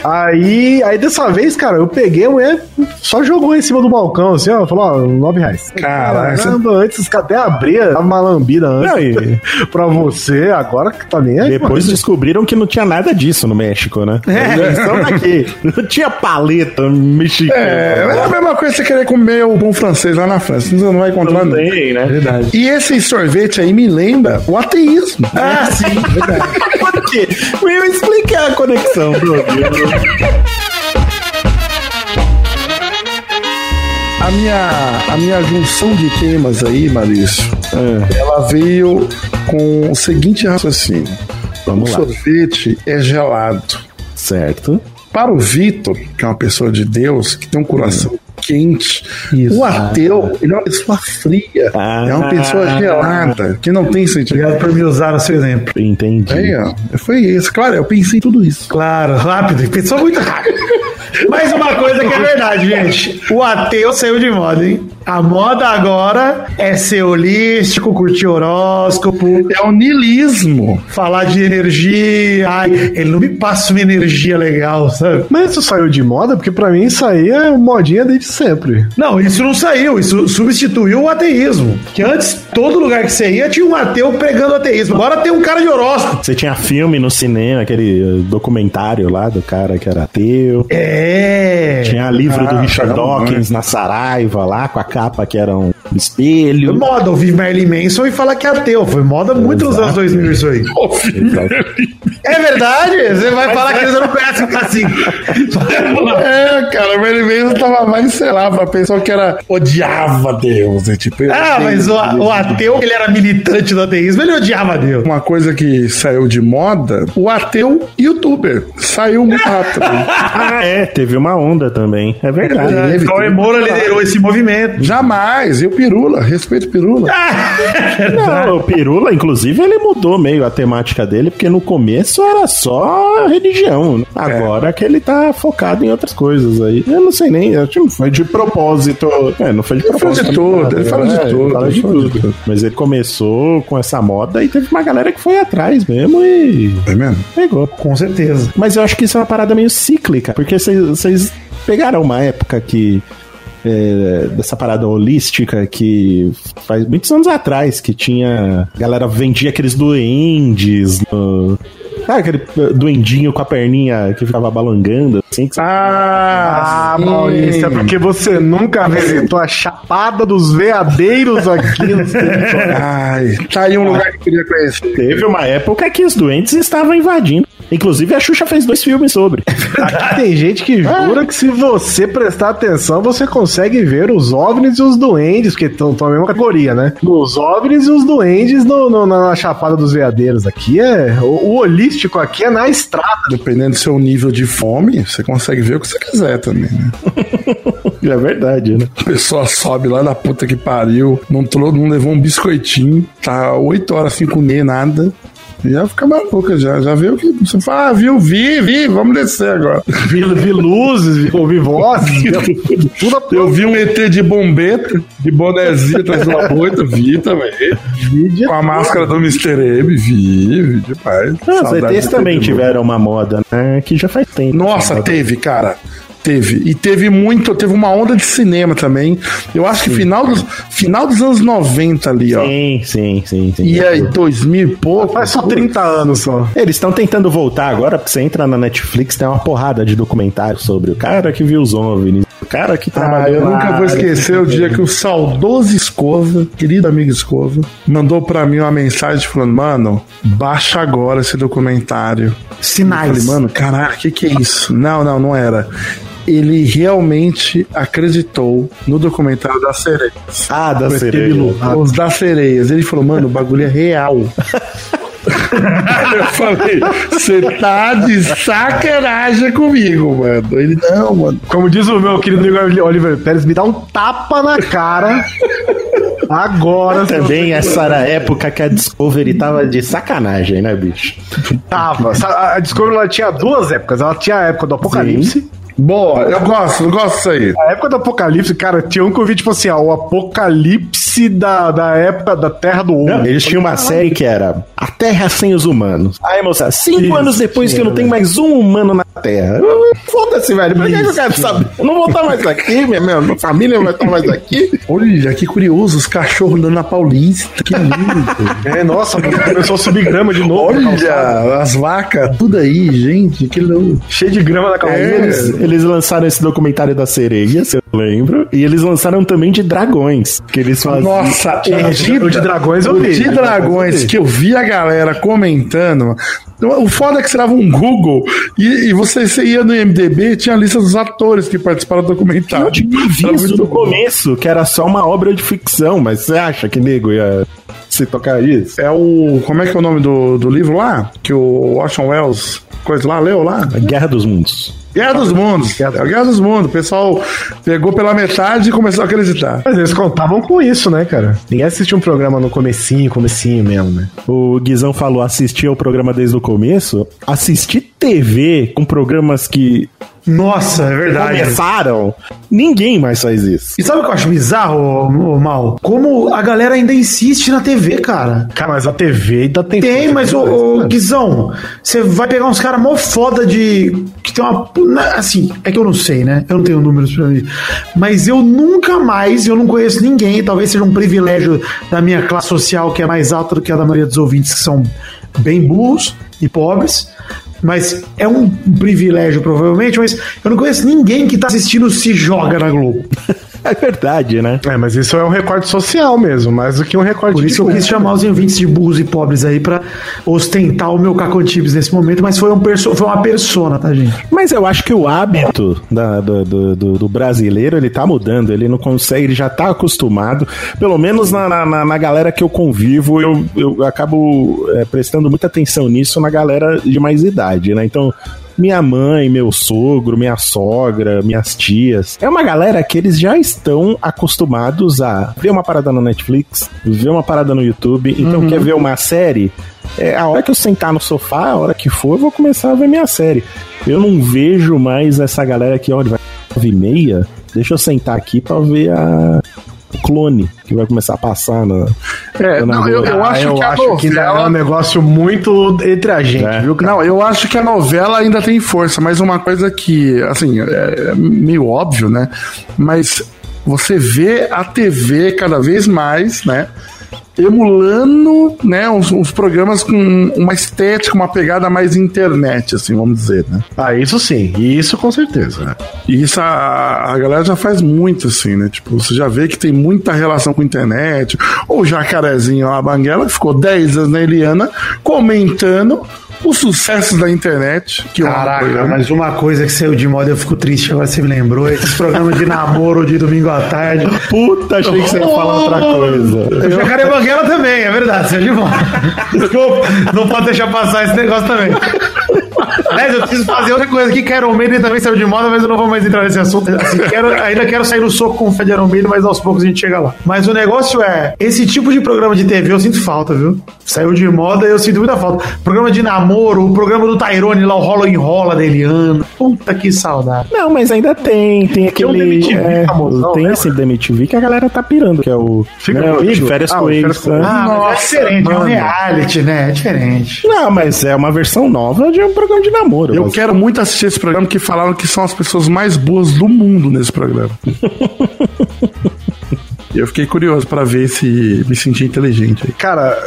Speaker 2: Aí, aí dessa vez, cara, eu peguei, a mulher só jogou em cima do balcão, assim, ó, falou, ó, 9 reais.
Speaker 5: Caralho,
Speaker 2: Caramba, antes que até abria a malambida antes
Speaker 6: Aí,
Speaker 2: pra você, agora que tá nem aí.
Speaker 6: depois descobriram que não tinha nada disso no México, né? É. Estão aqui. Não tinha paleta mexicana.
Speaker 5: É, é a mesma coisa que você querer comer o bom francês lá na França. Você não vai encontrar
Speaker 6: Não
Speaker 5: nada.
Speaker 6: tem, né? Verdade.
Speaker 5: E esse sorvete aí me lembra o ateísmo. Ah, sim.
Speaker 6: Por quê? Eu expliquei a conexão, Bruno.
Speaker 5: A minha, a minha junção de temas aí, Marício,
Speaker 6: É.
Speaker 5: ela veio com o seguinte raciocínio.
Speaker 6: Vamos
Speaker 5: o
Speaker 6: lá.
Speaker 5: sorvete é gelado.
Speaker 6: Certo.
Speaker 5: Para o Vitor, que é uma pessoa de Deus, que tem um coração
Speaker 6: Hum.
Speaker 5: quente,
Speaker 6: Isso.
Speaker 5: o ateu, ele é uma pessoa fria,
Speaker 6: Ah.
Speaker 5: é uma pessoa gelada, que não tem sentimento.
Speaker 3: Obrigado é, por me usar o seu exemplo.
Speaker 6: Entendi.
Speaker 5: Aí, ó, foi isso. Claro, eu pensei em tudo isso.
Speaker 3: Claro, rápido. Pensou muito rápido. Mais uma coisa que é verdade, gente. O ateu saiu de moda, hein? A moda agora é ser holístico, curtir horóscopo,
Speaker 5: É o nilismo.
Speaker 3: falar de energia. Ai, ele não me passa uma energia legal, sabe?
Speaker 2: Mas isso saiu de moda, porque pra mim isso aí é modinha desde sempre.
Speaker 3: Não, isso não saiu, isso substituiu o ateísmo. Que antes, todo lugar que você ia, tinha um ateu pregando ateísmo. Agora tem um cara de horóscopo.
Speaker 6: Você tinha filme no cinema, aquele eh, documentário lá do cara que era ateu.
Speaker 3: É.
Speaker 6: Tinha livro do
Speaker 5: Ah,
Speaker 6: Richard
Speaker 5: caramba,
Speaker 6: Dawkins na Saraiva lá, com a capa que era um espelho.
Speaker 3: Moda ouvir Marilyn Manson e falar que é ateu. Foi moda muito nos anos 2000 isso aí. É verdade? Você vai
Speaker 2: é.
Speaker 3: falar que eles não conhecem o cacique.
Speaker 5: É, cara, mas ele mesmo tava mais, sei lá, pra pessoa que era odiava Deus, né? Tipo, eu
Speaker 3: Ah,
Speaker 5: odeio
Speaker 3: mas o,
Speaker 5: Deus.
Speaker 3: o ateu, ele era militante do ateísmo, ele odiava Deus.
Speaker 5: Uma coisa que saiu de moda, o ateu youtuber. Saiu muito rápido.
Speaker 6: Ah, é, teve uma onda também. É verdade.
Speaker 5: Teve,
Speaker 3: Cauê
Speaker 5: teve.
Speaker 3: Moura liderou esse movimento.
Speaker 5: Jamais, e o Pirula, respeito o Pirula.
Speaker 6: Não, o Pirula, inclusive, ele mudou meio a temática dele, porque no começo era só religião. Agora que ele tá focado em outras coisas aí. Eu não sei nem, eu acho que não foi de propósito. É, não foi de
Speaker 5: fala
Speaker 6: propósito.
Speaker 5: de tudo, ele
Speaker 6: É,
Speaker 5: fala de tudo,
Speaker 6: fala
Speaker 5: ele
Speaker 6: de
Speaker 5: fala de
Speaker 6: tudo.
Speaker 5: tudo.
Speaker 6: Mas ele começou com essa moda e teve uma galera que foi atrás mesmo e
Speaker 5: É mesmo?
Speaker 6: pegou.
Speaker 3: Com certeza.
Speaker 6: Mas eu acho que isso é uma parada meio cíclica, porque vocês- vocês pegaram uma época que. é, dessa parada holística que faz muitos anos atrás que tinha. A galera vendia aqueles duendes no. Sabe aquele eh, duendinho com a perninha que ficava balangando, assim? Que
Speaker 5: Ah,
Speaker 2: Ah, Maurício, é porque você nunca visitou a chapada dos veadeiros aqui no
Speaker 5: Ai, tá aí um lugar que eu queria conhecer.
Speaker 6: teve uma época que os doentes estavam invadindo. Inclusive a Xuxa fez dois filmes sobre.
Speaker 2: Aqui tem gente que jura que se você prestar atenção, você consegue ver os OVNIs e os duendes, porque estão na mesma categoria, né? Os OVNIs e os duendes no, no- na Chapada dos Veadeiros. Aqui é... O, o holístico aqui é na estrada.
Speaker 5: Dependendo do seu nível de fome, você consegue ver o que você quiser também, né?
Speaker 6: É verdade, né?
Speaker 5: A pessoa sobe lá da puta que pariu, não, trou- não levou um biscoitinho, tá oito horas sem comer nada. E já fica maluca, já, já viu que. Você fala, ah, viu, vi, vi, vamos descer agora.
Speaker 2: Vi, vi luzes, vi, ouvi vozes, vi tudo a
Speaker 5: Eu vi um ET de bombeta, de bonezinho atrás de uma boita, vi também.
Speaker 2: mídia.
Speaker 5: Com a máscara do Mr. M, vi, vi demais.
Speaker 6: Ah, os
Speaker 5: Saudade
Speaker 6: ETs
Speaker 5: do
Speaker 6: também
Speaker 5: ET de
Speaker 6: tiveram uma moda, né? Que já faz tempo.
Speaker 5: Nossa, teve, cara. Teve. E teve muito, teve uma onda de cinema também. Eu acho que final dos, final dos anos 90 ali, ó.
Speaker 6: Sim, sim, sim, sim.
Speaker 5: E aí, 2000 e pouco.
Speaker 2: Faz só 30 anos só.
Speaker 6: Eles estão tentando voltar agora, porque você entra na Netflix, tem uma porrada de documentário sobre o cara que viu os OVNIs, o cara que
Speaker 5: Ah,
Speaker 6: trabalhou.
Speaker 5: eu
Speaker 6: na
Speaker 5: nunca vou
Speaker 6: área,
Speaker 5: esquecer o
Speaker 6: que-
Speaker 5: dia que o saudoso Escova, querido amigo Escova, mandou pra mim uma mensagem falando: Mano, baixa agora esse documentário. Eu
Speaker 3: Sinais.
Speaker 5: falei, mano, caralho, o que, que é isso? Não, não, não era. Ele realmente acreditou no documentário das sereias.
Speaker 6: Ah, da
Speaker 5: Mas
Speaker 6: sereia.
Speaker 5: teve lu- Os das sereias. Ele falou, mano, o bagulho é real. Eu falei, você tá de sacanagem comigo, mano. Ele, não, mano.
Speaker 2: Como diz o meu querido amigo Oliver Pérez, me dá um tapa na cara agora. se
Speaker 6: Também essa era a época que a Discovery tava de sacanagem, né, bicho?
Speaker 2: eu Tava. Sa- A a Discovery ela tinha duas épocas. Ela tinha a época do Apocalipse.
Speaker 5: Boa, eu gosto, eu gosto disso aí.
Speaker 2: A época do Apocalipse, cara, tinha um que eu vi, tipo assim, ó, o Apocalipse da, da época da Terra do Homem.
Speaker 6: Eles tinham uma série que era A Terra Sem os Humanos. Aí, moça, cinco anos depois que não tem mais um humano na Terra. Foda-se, velho. Pra que que eu quero saber? Eu não vou estar mais aqui, minha, minha minha família não vai estar mais aqui.
Speaker 5: Olha, que curioso, os cachorros andando na Paulista. Que lindo.
Speaker 2: É, nossa, mano, começou a subir grama de novo.
Speaker 5: Olha, as vacas, tudo aí, gente. Que louco.
Speaker 2: Cheio de grama na calçada.
Speaker 5: É.
Speaker 6: Eles, eles lançaram esse documentário da sereia, se eu lembro. E eles lançaram também de dragões. Que eles faziam.
Speaker 5: Nossa,
Speaker 2: o de- o de dragões eu
Speaker 5: o
Speaker 2: vi.
Speaker 5: de dragões que eu vi a galera comentando. O foda é que você dava um Google e, e você, você ia no MDB e tinha a lista dos atores que participaram do documentário.
Speaker 6: Eu tinha
Speaker 5: Era
Speaker 6: visto
Speaker 5: muito
Speaker 6: no
Speaker 5: bom.
Speaker 6: começo que era só uma obra de ficção, mas você acha que nego ia se tocar isso?
Speaker 5: É o. Como é que é o nome do, do livro lá? Que o Orson Welles. Coisa lá, leu lá?
Speaker 6: Guerra dos Mundos.
Speaker 5: Guerra dos Mundos. É a Guerra dos Mundos. O pessoal pegou pela metade e começou a acreditar.
Speaker 2: Mas eles contavam com isso, né, cara? Ninguém assistia um programa no comecinho, comecinho mesmo, né?
Speaker 6: O Guizão falou assistir ao programa desde o começo. Assistir TV com programas que
Speaker 3: Nossa, é verdade.
Speaker 6: começaram. Ninguém mais faz isso.
Speaker 3: E sabe o que eu acho bizarro, ô, ô, Mal? Como a galera ainda insiste na TV, cara.
Speaker 2: Cara, mas a TV ainda tem...
Speaker 3: Tem, mas, ô, ô Guizão, você vai pegar uns caras mó foda de. que tem uma. na- Assim, é que eu não sei, né? Eu não tenho números pra mim. Mas eu nunca mais, eu não conheço ninguém, talvez seja um privilégio da minha classe social que é mais alta do que a da maioria dos ouvintes que são bem burros e pobres. Mas é um privilégio, provavelmente, mas eu não conheço ninguém que tá assistindo Se Joga na Globo.
Speaker 6: É verdade, né?
Speaker 2: É, mas isso é um recorde social mesmo, mais do que um recorde
Speaker 3: Por isso eu quis chamar os ouvintes de burros e pobres aí pra ostentar o meu cacotibes nesse momento, mas foi, um perso foi uma persona, tá, gente?
Speaker 6: Mas eu acho que o hábito da- do, do- do- do brasileiro, ele tá mudando, ele não consegue, ele já tá acostumado, pelo menos na, na- na- na galera que eu convivo, eu, eu acabo é, prestando muita atenção nisso na galera de mais idade, né? Então, minha mãe, meu sogro, minha sogra, minhas tias. É uma galera que eles já estão acostumados a ver uma parada na Netflix, ver uma parada no YouTube,
Speaker 2: Uhum.
Speaker 6: então quer ver uma série? É, a hora que eu sentar no sofá, a hora que for, eu vou começar a ver minha série. Eu não vejo mais essa galera que, olha, vai 9 e meia, deixa eu sentar aqui pra ver a o clone que vai começar a passar na.
Speaker 5: É, não, eu, eu acho
Speaker 2: eu
Speaker 5: que a
Speaker 2: acho que ainda é um
Speaker 6: né?
Speaker 5: novela
Speaker 2: negócio muito entre a gente,
Speaker 6: É.
Speaker 2: viu, cara?
Speaker 5: Não, eu acho que a novela ainda tem força, mas uma coisa que, assim, é é meio óbvio, né? Mas você vê a TV cada vez mais, né? Emulando, né, uns, uns programas com uma estética, uma pegada mais internet, assim, vamos dizer, né?
Speaker 2: Ah, isso sim, isso com certeza. né?
Speaker 5: É. E isso a, a galera já faz muito, assim, né? Tipo, você já vê que tem muita relação com a internet. Ou o jacarezinho lá, a Banguela, que ficou 10 anos na Eliana, comentando os sucessos da internet. Que é uma coisa,
Speaker 3: Caraca,
Speaker 5: né?
Speaker 3: mas uma coisa que saiu de moda, eu fico triste, agora você me lembrou, esses programas de namoro de domingo à tarde.
Speaker 6: Puta, achei que você ia falar outra coisa.
Speaker 3: O Jacaré Banguela também, é verdade, saiu de moda. Desculpa, não pode deixar passar esse negócio também. Aliás, eu preciso fazer outra coisa aqui, que Iron Maiden também saiu de moda, mas eu não vou mais entrar nesse assunto. Assim, quero- ainda quero sair no soco com o Fed Iron Maiden, mas aos poucos a gente chega lá. Mas o negócio é, esse tipo de programa de TV eu sinto falta, viu? Saiu de moda eu sinto muita falta. Programa de namoro, o programa do Tyrone lá, o Rolo Enrola da Eliana. Puta que saudade.
Speaker 6: Não, mas ainda tem, tem
Speaker 2: um
Speaker 6: aquele.
Speaker 2: DMTV
Speaker 6: é,
Speaker 2: famosão,
Speaker 6: tem
Speaker 2: né,
Speaker 6: esse DMTV que a galera tá pirando, que é o.
Speaker 2: Fica
Speaker 6: né, o
Speaker 2: comigo?
Speaker 6: de férias
Speaker 2: Ah,
Speaker 6: com
Speaker 2: o
Speaker 6: eles.
Speaker 2: Férias com
Speaker 6: né?
Speaker 3: Ah, mas é diferente, é um
Speaker 5: mano.
Speaker 3: reality, né? É diferente.
Speaker 6: Não, mas é uma versão nova de um programa de namoro.
Speaker 5: Eu
Speaker 6: mas-
Speaker 5: quero muito assistir esse programa que falaram que são as pessoas mais boas do mundo nesse programa. E eu fiquei curioso pra ver se me senti inteligente. aí.
Speaker 2: Cara,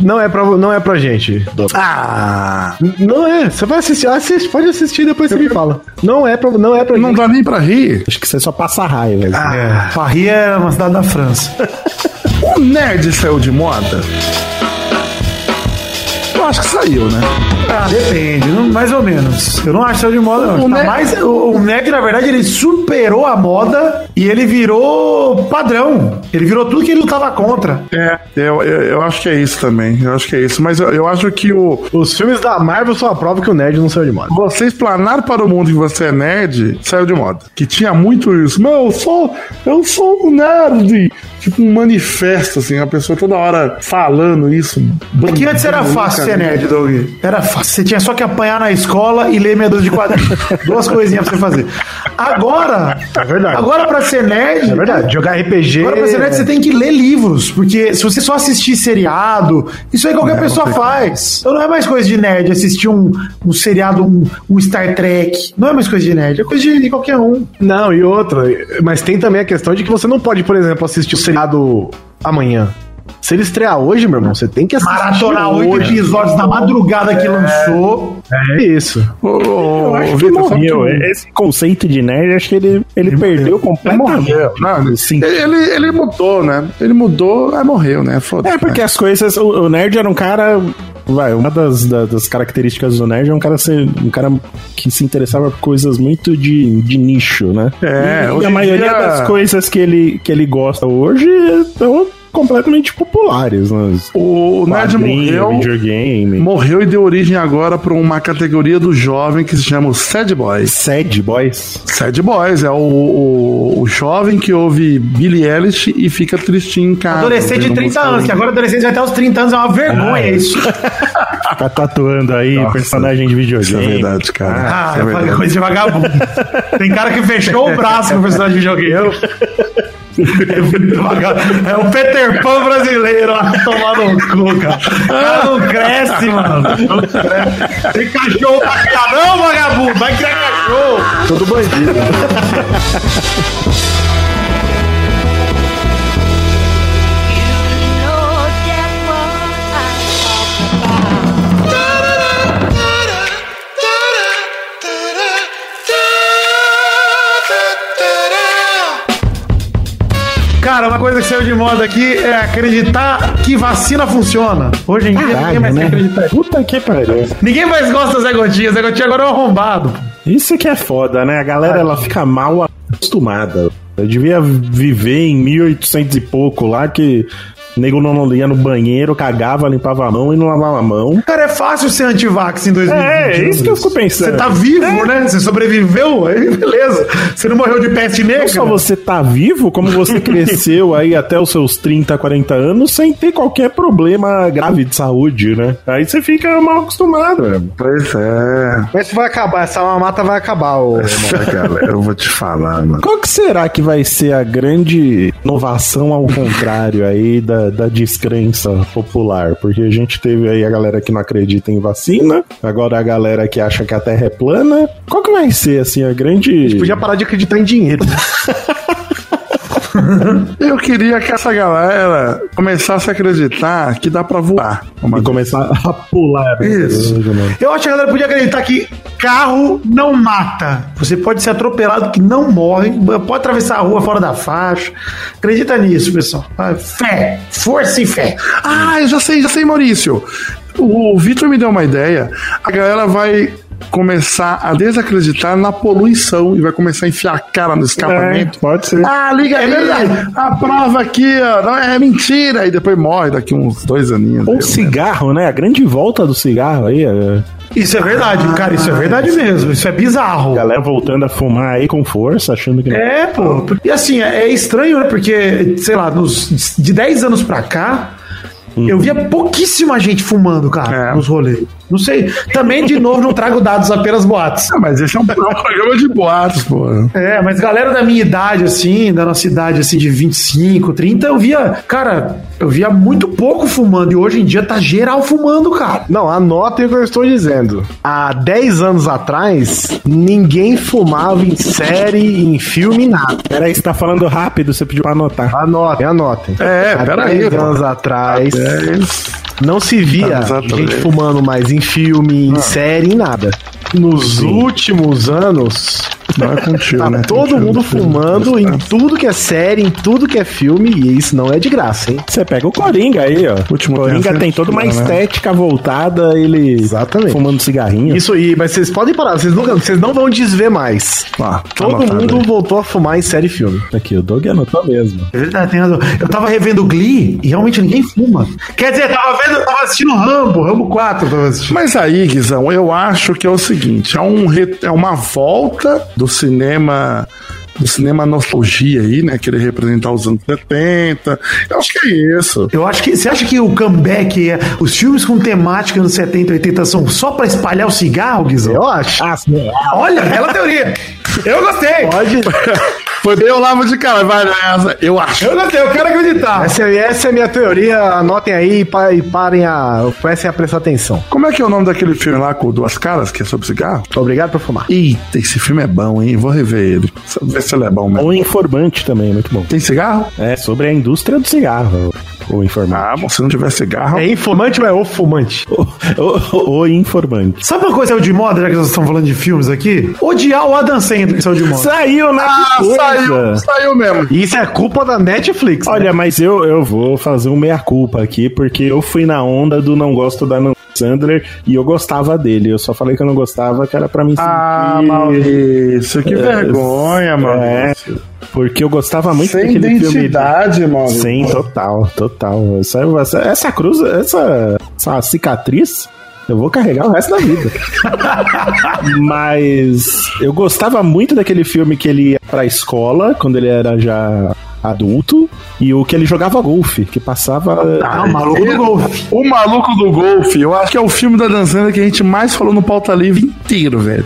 Speaker 2: não é pra, não é pra gente.
Speaker 5: Ah!
Speaker 2: Não é. Você vai assistir. Assiste, pode assistir depois você me fala. Não é pra, não é pra
Speaker 5: Não
Speaker 2: gente.
Speaker 5: dá nem pra rir.
Speaker 6: Acho que você só passa raiva.
Speaker 5: Ah,
Speaker 6: velho.
Speaker 3: Paris é uma cidade da França.
Speaker 5: O nerd saiu de moda? Eu acho que saiu, né?
Speaker 3: Ah, depende, não- mais ou menos. Eu não acho que saiu de moda, não.
Speaker 5: O
Speaker 3: Tá
Speaker 5: Nerd-
Speaker 3: mais- o, o Nerd, na verdade, ele superou a moda e ele virou padrão. Ele virou tudo que ele lutava contra.
Speaker 5: É, eu, eu, eu acho que é isso também. Eu acho que é isso. Mas eu, eu acho que o.
Speaker 2: Os filmes da Marvel são a prova que o nerd não saiu de moda.
Speaker 5: Você explanar para o mundo que você é nerd saiu de moda. Que tinha muito isso. Não, eu sou, eu sou um nerd. Tipo um manifesto, assim, a pessoa toda hora falando isso.
Speaker 3: É que antes era
Speaker 5: bandando,
Speaker 3: fácil
Speaker 5: cara.
Speaker 3: ser nerd, Doug. Era fácil. Você tinha só que apanhar na escola e ler meia dúzia de quadrinhos. Duas coisinhas pra você fazer. Agora.
Speaker 2: É verdade.
Speaker 3: Agora, pra ser nerd.
Speaker 2: É verdade. Jogar RPG.
Speaker 3: Agora, pra ser nerd, você tem que ler livros, porque se você só assistir seriado, isso aí qualquer pessoa faz. Então não é mais coisa de nerd assistir um, um seriado, um, um Star Trek. Não é mais coisa de nerd, é coisa de qualquer um.
Speaker 2: Não, e outra. Mas tem também a questão de que você não pode, por exemplo, assistir o seriado amanhã. Se ele estrear hoje, meu irmão, você tem que assistir.
Speaker 3: Maratonar oito episódios na madrugada que lançou.
Speaker 2: É isso.
Speaker 5: Ô, ô, ô, Vitor, sabe que
Speaker 6: Morreu. É,
Speaker 5: o-
Speaker 6: Esse conceito de nerd, acho que ele, ele perdeu completamente.
Speaker 5: Morreu, não, ele, ele, ele mudou, né? Ele mudou, aí morreu, né? Foda-se,
Speaker 6: É, porque as coisas. O, o nerd era um cara. Vai, uma das, da- das características do nerd é um cara ser um cara que se interessava por coisas muito de, de nicho, né?
Speaker 5: É,
Speaker 6: e,
Speaker 5: hoje
Speaker 6: a
Speaker 5: em
Speaker 6: maioria
Speaker 5: dia-
Speaker 6: das coisas que ele, que ele gosta hoje são completamente populares, né?
Speaker 5: O, o nerd
Speaker 6: Quadrinho,
Speaker 5: morreu.
Speaker 6: videogame.
Speaker 5: Morreu e deu origem agora para uma categoria do jovem que se chama o Sad Boys.
Speaker 6: Sad Boys.
Speaker 5: Sad Boys é o, o, o jovem que ouve Billie Eilish e fica tristinho em casa.
Speaker 3: Adolescente de
Speaker 5: ouvindo
Speaker 3: 30
Speaker 5: música
Speaker 3: anos, que agora adolescente vai até os 30 anos, é uma vergonha
Speaker 6: Ah, é.
Speaker 3: isso.
Speaker 6: Tá tatuando aí personagem de
Speaker 5: Isso é
Speaker 6: videogame.
Speaker 5: verdade, cara.
Speaker 3: Ah,
Speaker 5: Isso é verdade.
Speaker 3: coisa de vagabundo. Tem cara que fechou o braço pro personagem de joguinho. É muito vagabundo. É o Peter Pan brasileiro. Ah, tomar no cu, cara. O cara não cresce, mano. Não cresce. Tem cachorro pra criar. Não, vagabundo, vai criar cachorro.
Speaker 7: é
Speaker 3: Cara, uma coisa que saiu de moda aqui é acreditar que vacina funciona. Hoje em dia ninguém mais
Speaker 5: né?
Speaker 3: quer acreditar.
Speaker 6: né? Puta que pariu.
Speaker 3: Ninguém mais gosta do Zé Gotinha. Zé Gotinha agora é um arrombado.
Speaker 6: Isso que é foda, né? A galera ela fica mal acostumada. Eu devia viver em 1800 e pouco lá que o nego não ia no banheiro, cagava, limpava a mão e não lavava a mão.
Speaker 3: Cara, é fácil ser antivax em 2020.
Speaker 6: É, é isso que eu fico
Speaker 3: Você
Speaker 6: pensando. É.
Speaker 3: tá vivo, né? Você sobreviveu, aí beleza. Você não morreu de peste negra.
Speaker 6: Não só você tá vivo, como você cresceu aí até os seus 30, 40 anos sem ter qualquer problema grave de saúde, né? Aí você fica mal acostumado, velho.
Speaker 5: Pois é.
Speaker 2: Mas isso vai acabar, essa mamata vai acabar, ô.
Speaker 5: Nossa, cara, eu vou te falar, mano.
Speaker 6: Qual que será que vai ser a grande inovação ao contrário aí da, da descrença popular? Porque a gente teve aí a galera que não acredita em vacina, agora a galera que acha que a Terra é plana. Qual que vai ser, assim, a grande...
Speaker 2: Podia parar de acreditar em dinheiro.
Speaker 5: Eu queria que essa galera começasse a acreditar que dá pra voar.
Speaker 6: E começar a pular.
Speaker 5: Isso.
Speaker 6: É,
Speaker 3: Eu acho que a galera podia acreditar que carro não mata. Você pode ser atropelado que não morre, pode atravessar a rua fora da faixa. Acredita nisso, pessoal. Ah, Fé, força e fé.
Speaker 5: Ah, eu já sei, já sei, Maurício. O Vitor me deu uma ideia. A galera vai começar a desacreditar na poluição e vai começar a enfiar a cara no
Speaker 6: É,
Speaker 5: escapamento.
Speaker 6: pode ser.
Speaker 5: Ah, liga
Speaker 3: É
Speaker 5: aí, a prova aqui, ó, não é mentira. E depois morre daqui uns dois aninhos.
Speaker 6: Ou
Speaker 5: Eu-
Speaker 6: cigarro, né? A grande volta do cigarro aí. A
Speaker 3: Isso é verdade, cara. Isso é verdade mesmo. Isso é bizarro.
Speaker 6: galera voltando a fumar aí com força, achando que... não-
Speaker 3: É, pô. E assim, é é estranho, né? Porque, sei lá, nos, de 10 anos pra cá, eu via pouquíssima gente fumando, cara,
Speaker 5: É.
Speaker 3: nos rolês. Não sei. Também, de novo, não trago dados, apenas boatos.
Speaker 5: Ah, mas esse é um programa de boatos, pô.
Speaker 3: É, mas galera da minha idade, assim, da nossa idade, assim, de 25, 30, eu via, cara, eu via muito pouco fumando. E hoje em dia tá geral fumando, cara.
Speaker 2: Não, anotem o que eu estou dizendo. Há 10 anos atrás, ninguém fumava em série, em filme, em nada.
Speaker 6: Peraí, você tá falando rápido, você pediu pra anotar.
Speaker 2: Anotem, anotem.
Speaker 5: É,
Speaker 2: Há
Speaker 5: peraí,
Speaker 2: 10
Speaker 5: pô.
Speaker 2: anos atrás,
Speaker 5: É,
Speaker 2: não se via
Speaker 5: Anos atrás. Ah.
Speaker 2: gente fumando mais em filme, em série, em nada. Nos últimos anos,
Speaker 5: não é contigo,
Speaker 2: tá
Speaker 5: né?
Speaker 2: todo
Speaker 5: Contigo,
Speaker 2: mundo
Speaker 5: contigo.
Speaker 2: fumando em
Speaker 5: tá.
Speaker 2: tudo que é série, em tudo que é filme, e isso não é de graça, hein?
Speaker 6: Você pega o Coringa aí, ó. O
Speaker 5: Último
Speaker 6: Coringa
Speaker 5: tempo,
Speaker 6: tem
Speaker 5: né?
Speaker 6: toda uma
Speaker 5: Não, né?
Speaker 6: estética voltada, ele
Speaker 2: Exatamente.
Speaker 6: fumando cigarrinho.
Speaker 2: Isso aí, mas vocês podem parar, vocês, nunca, vocês não vão desver mais.
Speaker 5: né?
Speaker 6: Ah,
Speaker 5: tá
Speaker 2: Todo
Speaker 6: anotado
Speaker 2: mundo voltou a fumar em série e filme.
Speaker 6: aí. Aqui, o Doug anotou mesmo.
Speaker 3: É verdade, tem razão. Eu tava revendo Glee e realmente ninguém fuma. Quer dizer, tava vendo, tava assistindo Rambo, Rambo 4, eu tava assistindo.
Speaker 5: Mas aí, Guizão, eu acho que é o seguinte: é, um re- é uma volta do cinema. Do cinema nostalgia aí, né? Querer representar os anos 70. Eu acho que é isso.
Speaker 3: Eu acho que. Você acha que o comeback é. Os filmes com temática anos 70, 80 são só pra espalhar o cigarro, Guizão?
Speaker 2: Eu acho.
Speaker 6: Ah, sim.
Speaker 3: Ah, olha, bela teoria. Eu gostei.
Speaker 2: Pode.
Speaker 5: Foi bem o lavo de cara, vai nessa. Eu acho.
Speaker 3: Eu gostei, eu quero acreditar.
Speaker 2: Essa, essa é a minha teoria, anotem aí e pa- e parem a. Comecem a prestar atenção.
Speaker 5: Como é que é o nome daquele filme lá com duas caras, que é sobre cigarro?
Speaker 2: Obrigado por fumar.
Speaker 5: Eita, esse filme é bom, hein? Vou rever ele. Ver se ele é bom mesmo.
Speaker 6: O informante também, muito bom.
Speaker 5: Tem cigarro?
Speaker 6: É sobre a indústria do cigarro, o informante.
Speaker 5: Ah, bom, se não tiver cigarro.
Speaker 2: É informante ou é o fumante?
Speaker 6: O, o- o informante.
Speaker 3: Sabe uma coisa que saiu de moda, já que nós estamos falando de filmes aqui? Odiar o Adam Sandler que saiu de moda.
Speaker 6: Saiu na
Speaker 5: Ah,
Speaker 6: coisa.
Speaker 5: saiu, saiu mesmo.
Speaker 2: Isso é culpa da Netflix. né?
Speaker 6: Olha, mas eu, eu vou fazer um meia-culpa aqui, porque eu fui na onda do não gosto da Nan Sandler e eu gostava dele. Eu só falei que eu não gostava, que era pra mim
Speaker 5: Ah,
Speaker 6: sentir-
Speaker 5: Maurício,
Speaker 3: É,
Speaker 5: que vergonha, Maurício.
Speaker 6: Porque eu gostava muito
Speaker 5: Sem identidade, Maurício.
Speaker 6: Sim, total, total. Essa, essa, essa cruz, essa, essa cicatriz, eu vou carregar o resto da vida. Mas eu gostava muito daquele filme que ele ia pra escola, quando ele era já adulto, e o que ele jogava golfe, que passava.
Speaker 3: Ah, o maluco do golfe.
Speaker 5: O Maluco do Golfe, eu acho que é o filme da dançando que a gente mais falou no Pauta Livre inteiro, velho.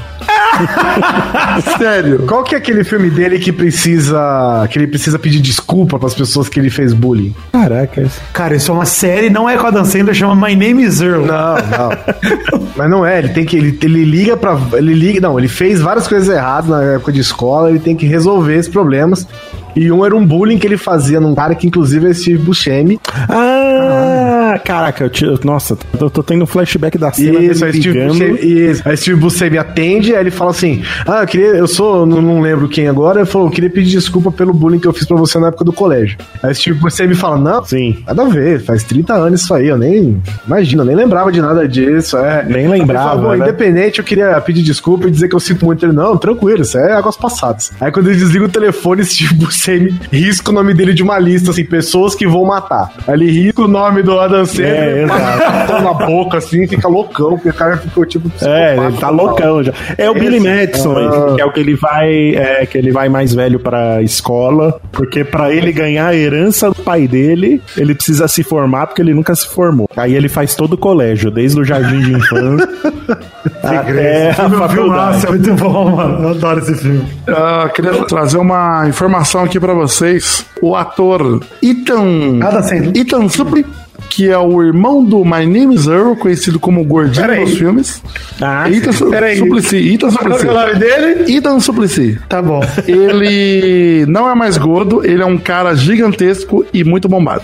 Speaker 5: Sério.
Speaker 2: Qual que é aquele filme dele que precisa. que ele precisa pedir desculpa pras pessoas que ele fez bullying?
Speaker 6: Caraca, esse-
Speaker 3: Cara, isso é uma série, não é com a Dan Sandler, chama My Name is Earl.
Speaker 2: Não, não. Mas não é, ele tem que. Ele, ele liga pra. Ele liga. Não, ele fez várias coisas erradas na época de escola, ele tem que resolver esses problemas. E um era um bullying que ele fazia num cara que, inclusive, é Steve Buscemi.
Speaker 6: Ah, caraca, eu te, nossa, eu tô tendo um flashback da cena
Speaker 2: Isso, tipo aí
Speaker 6: dele
Speaker 2: Steve,
Speaker 6: ligando.
Speaker 2: Buscemi, isso. Aí Steve Buscemi atende, aí ele fala assim: Ah, eu queria. Eu sou. Não, não lembro quem agora. Ele falou: Eu queria pedir desculpa pelo bullying que eu fiz pra você na época do colégio. Aí Steve Buscemi fala: Não,
Speaker 6: Sim.
Speaker 2: nada a ver, faz 30 anos isso aí. Eu nem. Imagina, eu nem lembrava de nada disso. É.
Speaker 6: Nem
Speaker 2: Ele
Speaker 6: lembrava,
Speaker 2: falou, "Bom,
Speaker 6: né?"
Speaker 2: Independente, eu queria pedir desculpa e dizer que eu sinto muito ele. Não, tranquilo, isso é águas passadas. Aí quando ele desliga o telefone, Steve Buscemi risca o nome dele de uma lista, assim, pessoas que vão matar. Aí ele risca o nome do Adam Sandler,
Speaker 6: É, exato.
Speaker 2: põe na boca, assim, fica loucão, porque o cara ficou tipo
Speaker 6: É,
Speaker 2: psicopata
Speaker 6: ele tá
Speaker 2: total.
Speaker 6: loucão já. É o Billy Madison,
Speaker 2: Ah.
Speaker 6: que é o que ele vai, é, que ele vai mais velho pra escola, porque pra ele ganhar a herança do pai dele, ele precisa se formar porque ele nunca se formou. Aí ele faz todo o colégio, desde o jardim de infância até a
Speaker 3: Meu filme, nossa,
Speaker 6: faculdade.
Speaker 3: é muito bom, mano. Eu adoro esse filme.
Speaker 5: Ah, queria trazer uma informação aqui pra vocês. O ator Ethan.
Speaker 3: Adam Sandler.
Speaker 5: Ethan Suplee, que é o irmão do My Name is Earl, conhecido como Gordinho
Speaker 3: Peraí.
Speaker 5: dos filmes.
Speaker 6: Ah,
Speaker 5: Ethan Su-
Speaker 3: Peraí.
Speaker 5: Suplee. Ethan
Speaker 3: Qual que é o
Speaker 5: Suplee.
Speaker 3: nome dele?
Speaker 5: Ethan Suplee.
Speaker 3: Tá bom.
Speaker 5: Ele não é mais gordo, ele é um cara gigantesco e muito bombado.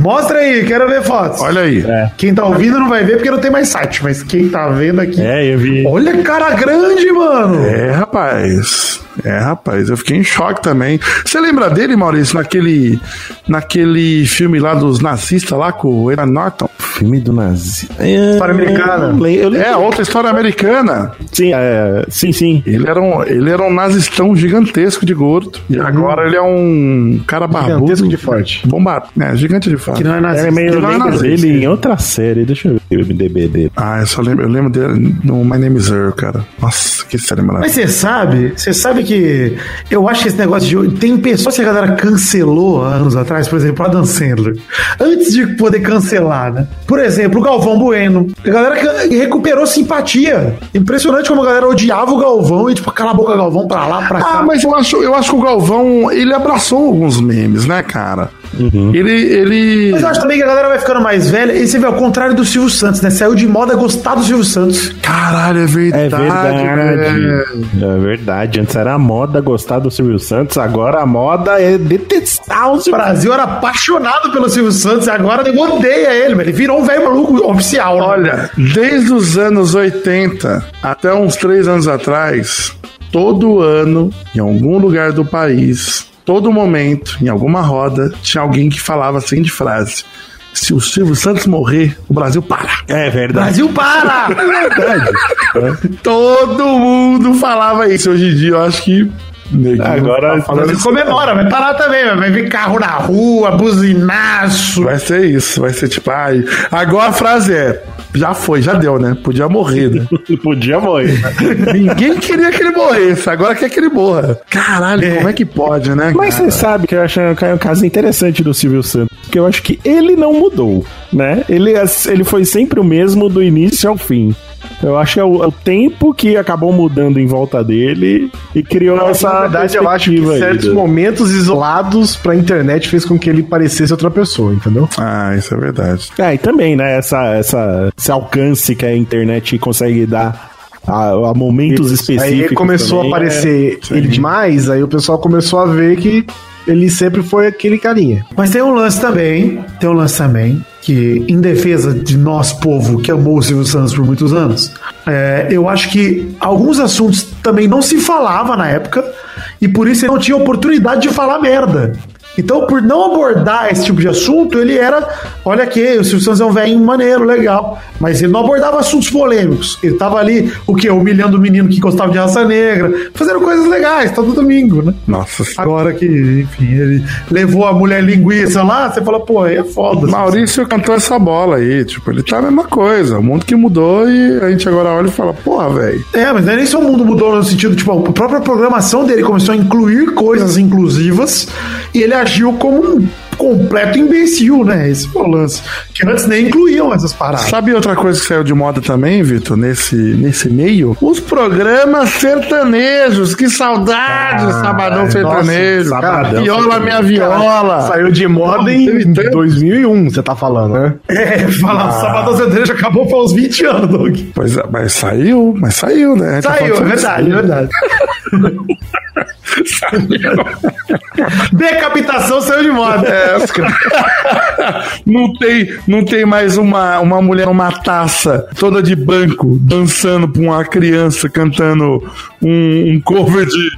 Speaker 3: Mostra aí, quero ver fotos.
Speaker 5: Olha aí.
Speaker 3: Quem tá ouvindo não vai ver porque não tem mais site, mas quem tá vendo aqui.
Speaker 6: É, eu vi.
Speaker 3: Olha, cara grande, mano.
Speaker 5: É, rapaz. É, rapaz. Eu fiquei em choque também. Você lembra dele, Maurício, naquele, naquele filme lá dos nazistas, lá com o Edward Norton?
Speaker 6: Filme do nazi. História
Speaker 2: americana.
Speaker 6: Eu lembro.
Speaker 5: É, outra história americana.
Speaker 6: Sim, é, sim, sim.
Speaker 5: Ele era um, ele era um nazistão gigantesco de gordo. E agora ele é um cara barbudo.
Speaker 2: Gigantesco de forte.
Speaker 5: Bombado. É, gigante de fato.
Speaker 3: é nazista.
Speaker 6: É, meio, eu
Speaker 5: Ele não é
Speaker 6: lembro
Speaker 5: nazista.
Speaker 6: dele em outra série, deixa eu ver o MDB dele.
Speaker 5: Ah, eu só lembro, eu lembro dele no My Name is Earl, cara. Nossa, que série
Speaker 3: Mas
Speaker 5: maravilhosa.
Speaker 3: você sabe, você sabe sabe que eu acho que esse negócio de hoje. Tem pessoas que a galera cancelou há anos atrás, por exemplo, Adam Sandler. Antes de poder cancelar, né? Por exemplo, o Galvão Bueno. A galera can- recuperou simpatia. Impressionante como a galera odiava o Galvão e, tipo, cala a boca, Galvão, pra lá, pra cá.
Speaker 5: Ah, mas eu acho, eu acho que o Galvão, ele abraçou alguns memes, né, cara? Ele, ele...
Speaker 3: Uhum. Mas eu acho também que a galera vai ficando mais velha. E você vê, ao contrário do Silvio Santos, né? Saiu de moda gostar do Silvio Santos.
Speaker 5: Caralho, é
Speaker 6: É
Speaker 5: verdade.
Speaker 6: verdade.
Speaker 5: velho.
Speaker 6: É verdade. Antes era a moda gostar do Silvio Santos, agora a moda é detestar o
Speaker 3: O
Speaker 6: Silvio
Speaker 3: Brasil era apaixonado pelo Silvio Santos e agora nego odeia ele, velho. Ele virou um velho maluco oficial. né?
Speaker 5: Olha, desde os anos 80 até uns três anos atrás, todo ano, em algum lugar do país, todo momento, em alguma roda, tinha alguém que falava assim de frase. Se o Silvio Santos morrer, o Brasil para.
Speaker 6: É verdade.
Speaker 3: Brasil para!
Speaker 5: Todo mundo falava isso. Hoje em dia, eu acho que. neguinho
Speaker 6: Agora
Speaker 5: tá falando
Speaker 3: Ele comemora, vai parar também, velho. vai ver carro na rua, buzinaço.
Speaker 5: Vai ser isso, vai ser tipo, ai. Agora a frase é: já foi, já deu, né? Podia morrer, né?
Speaker 6: Podia morrer.
Speaker 5: Ninguém queria que ele morresse, agora quer que ele morra. Caralho, como é que pode, né?
Speaker 6: Mas
Speaker 5: cara?
Speaker 6: você sabe que eu acho que é um caso interessante do Silvio Santos, porque eu acho que ele não mudou, né? Ele, ele foi sempre o mesmo do início ao fim. Eu acho que é o, é o tempo que acabou mudando em volta dele e criou essa
Speaker 2: Na verdade, eu acho que
Speaker 6: Tá perspectiva aí né?
Speaker 2: certos
Speaker 6: do-
Speaker 2: momentos isolados pra internet fez com que ele parecesse outra pessoa, entendeu?
Speaker 5: Ah, isso é verdade.
Speaker 6: É, e também, né, essa, essa, esse alcance que a internet consegue dar a, a momentos específicos.
Speaker 2: Aí ele começou
Speaker 6: também,
Speaker 2: a aparecer
Speaker 5: é,
Speaker 2: ele demais, aí o pessoal começou a ver que ele sempre foi aquele carinha.
Speaker 3: Mas tem um lance também, tem um lance também, que em defesa de nós, povo, que amou o Silvio Santos por muitos anos, é, eu acho que alguns assuntos também não se falava na época, e por isso ele não tinha oportunidade de falar merda. Então, por não abordar esse tipo de assunto, ele era. Olha aqui, o Silvio Santos é um velho maneiro, legal. Mas ele não abordava assuntos polêmicos. Ele tava ali, o quê? Humilhando o menino que gostava de raça negra, fazendo coisas legais, todo domingo, né?
Speaker 5: Nossa
Speaker 3: Agora que, enfim, ele levou a mulher linguiça lá, você fala, pô, aí é foda.
Speaker 5: assim. Maurício cantou essa bola aí, tipo, ele tá a mesma coisa, o mundo que mudou e a gente agora olha e fala, porra, velho.
Speaker 3: É, mas não é nem só o mundo mudou no sentido, tipo, a própria programação dele começou a incluir coisas inclusivas e ele agiu como um completo imbecil, né? Esse foi o lance. Que antes nem incluíam essas paradas.
Speaker 5: Sabe outra coisa que saiu de moda também, Vitor, nesse, nesse meio? Os programas sertanejos, que saudade, Sabadão Ah, Sertanejo,
Speaker 2: Sabadão
Speaker 5: Viola
Speaker 2: Sertanejo.
Speaker 5: Minha Viola.
Speaker 2: Saiu de moda em
Speaker 5: Não, teve tanto.
Speaker 2: 2001, você tá falando, né?
Speaker 3: É, falar Sabadão Sertanejo acabou faz uns 20 anos, Doug.
Speaker 5: Pois é, mas saiu, mas saiu, né? A gente tá
Speaker 3: Saiu, é
Speaker 5: falando
Speaker 3: verdade, é verdade. Decapitação saiu de moda.
Speaker 5: dessa, cara. É, Não tem, não tem mais uma, uma mulher numa taça toda de banco dançando pra uma criança cantando um, um cover de,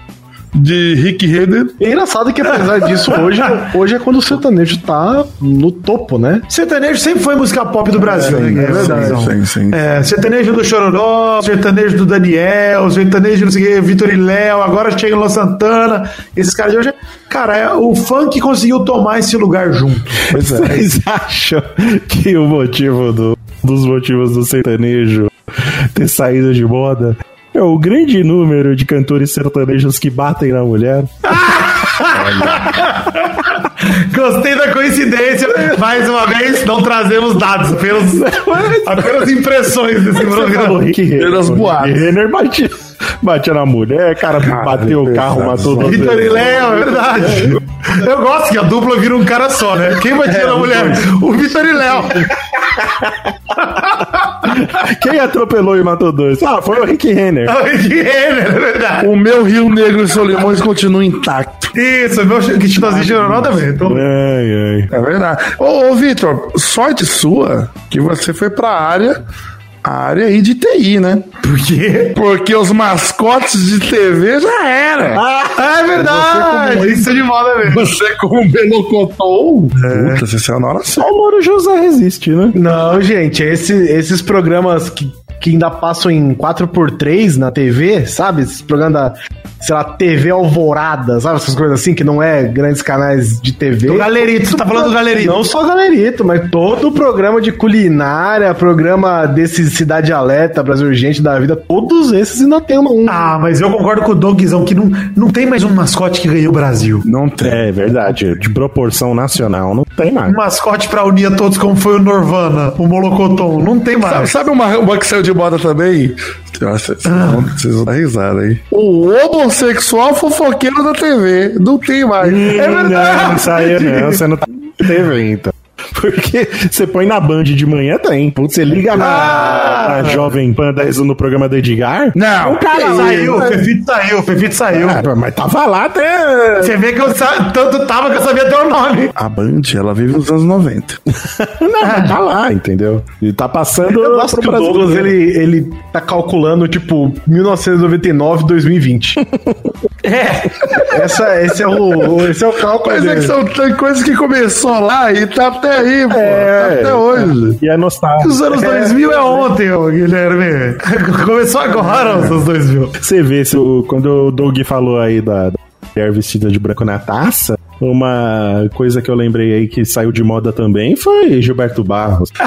Speaker 5: de Rick Heder.
Speaker 2: E é engraçado que apesar disso, hoje, hoje é quando o sertanejo tá no topo, né?
Speaker 3: Sertanejo sempre foi música pop do Brasil, né? cara? Essa visão.
Speaker 5: É, sim, sim.
Speaker 3: É, sertanejo do Chororó, sertanejo do Daniel, sertanejo não sei o que, Vitor e Léo, agora chega o Luan Santana. Esses caras de hoje. Cara, é, o funk conseguiu tomar esse lugar junto.
Speaker 5: Pois é.
Speaker 6: Vocês acham que o motivo do, dos motivos do sertanejo ter saído de moda é o grande número de cantores sertanejos que batem na mulher?
Speaker 3: Gostei da coincidência. Mais uma vez, não trazemos dados, apenas, apenas impressões desse
Speaker 6: O
Speaker 3: programa.
Speaker 6: Rick Renner,
Speaker 5: Pelas
Speaker 6: o Rick
Speaker 5: boates.
Speaker 6: Renner batia, batia na mulher, cara, bateu o carro,
Speaker 5: pesado,
Speaker 6: matou todo
Speaker 3: Vitor e
Speaker 6: mundo.
Speaker 3: Léo, é verdade. Eu gosto que a dupla vira um cara só, né? Quem batia na mulher? O Vitor e Léo.
Speaker 6: Quem atropelou e matou dois? Ah, foi o Rick Renner.
Speaker 3: O Rick Renner, é verdade.
Speaker 5: O meu Rio Negro e Solimões continua intacto.
Speaker 3: Isso, meu que chitãozinho de Chororó também. Tô...
Speaker 6: Ai, ai.
Speaker 5: É verdade. Ô, ô Vitor, sorte sua que você foi pra área. A área aí de TI, né?
Speaker 3: Por quê?
Speaker 5: Porque os mascotes de TV já era.
Speaker 3: Ah, é verdade! Isso é de moda mesmo.
Speaker 5: Você como Melocotão? É. Puta, você saiu na hora
Speaker 6: Só o Moro José resiste, né?
Speaker 2: Não, gente, esse- esses programas que, que ainda passam em 4x3 na TV, sabe? Esses programas da sei lá, TV Alvorada, sabe? Essas coisas assim, que não é grandes canais de TV.
Speaker 3: Do Galerito, você tá falando do Galerito.
Speaker 2: Não só Galerito, mas todo o programa de culinária, programa desse Cidade Alerta, Brasil Urgente da Vida, todos esses ainda tem um.
Speaker 3: Ah, mas eu concordo com o Dougzão que não, não tem mais um mascote que ganhou o Brasil.
Speaker 6: Não tem. É verdade. De proporção nacional, não tem mais.
Speaker 3: Um mascote pra unir a todos, como foi o Norvana, o Molocoton. Não tem
Speaker 5: Sabe,
Speaker 3: mais.
Speaker 5: sabe uma, uma que saiu de moda também? Nossa, vocês vão- vocês vão dar risada aí. Ah. O homossexual fofoqueiro da TV. Não tem mais. é verdade.
Speaker 6: Não, não saiu, não. Você não tá na TV, então. Porque você põe na Band de manhã, tem. Putz, Você liga na, na Jovem Pan da- no programa do Edgar.
Speaker 5: Não.
Speaker 6: o cara
Speaker 3: Saiu,
Speaker 6: saiu.
Speaker 3: o Fefito saiu, o Fefito saiu.
Speaker 6: Cara, mas tava lá até.
Speaker 3: Você vê que eu sa- tanto tava que eu sabia até o nome.
Speaker 5: A Band, ela vive nos anos 90.
Speaker 6: Não, tá lá, entendeu? E tá passando.
Speaker 2: Eu gosto
Speaker 6: pro
Speaker 2: que o
Speaker 6: Brasil
Speaker 2: Douglas,
Speaker 6: inteiro.
Speaker 2: ele, ele tá calculando, tipo, 1999, 2020. é. Essa, esse, é o, esse é o cálculo
Speaker 5: Mas é
Speaker 2: dele.
Speaker 5: que são tem coisas que começou lá e tá até aí, pô. tá até hoje.
Speaker 6: E é nostálgico.
Speaker 3: Os anos 2000 é ontem, ô, Guilherme. Começou agora os anos 2000.
Speaker 6: Você vê, se o- quando o Doug falou aí da, da mulher vestida de branco na taça, uma coisa que eu lembrei aí que saiu de moda também foi Gilberto Barros.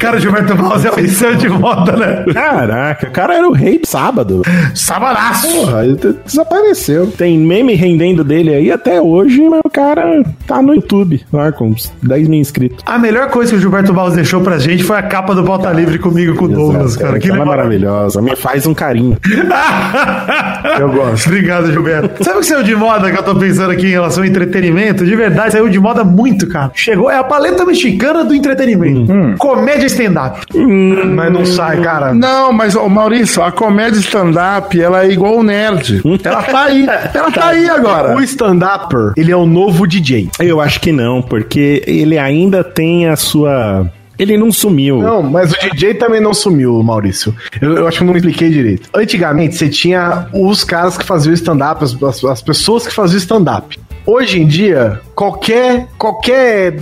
Speaker 3: Cara, o Gilberto Barros é o insano de moda, né?
Speaker 6: Caraca, o cara era o rei do sábado.
Speaker 3: Sabadaço.
Speaker 6: Porra, ele te- desapareceu. Tem meme rendendo dele aí até hoje, mas o cara tá no YouTube, lá com uns 10 mil inscritos.
Speaker 3: A melhor coisa que o Gilberto Barros deixou pra gente foi a capa do Pauta Livre comigo e com o Douglas, cara. Que é
Speaker 6: que
Speaker 3: legal.
Speaker 6: maravilhosa. Me faz um carinho.
Speaker 3: Eu gosto. Obrigado, Gilberto. Sabe o que saiu de moda que eu tô pensando aqui em relação ao entretenimento? De verdade, saiu de moda muito, cara. Chegou, é a paleta mexicana do entretenimento. Comédia stand-up. Hum.
Speaker 2: Mas não sai, cara.
Speaker 5: Não, mas ô, Maurício, a comédia stand-up, ela é igual o nerd. Ela tá aí. Ela tá aí agora.
Speaker 2: O stand-upper, ele é o novo DJ.
Speaker 6: Eu acho que não, porque ele ainda tem a sua. Ele não sumiu.
Speaker 2: Não, mas o DJ também não sumiu, Maurício. Eu, eu acho que eu não expliquei direito. Antigamente, você tinha os caras que faziam stand-up, as, as- as pessoas que faziam stand-up. Hoje em dia, qualquer, qualquer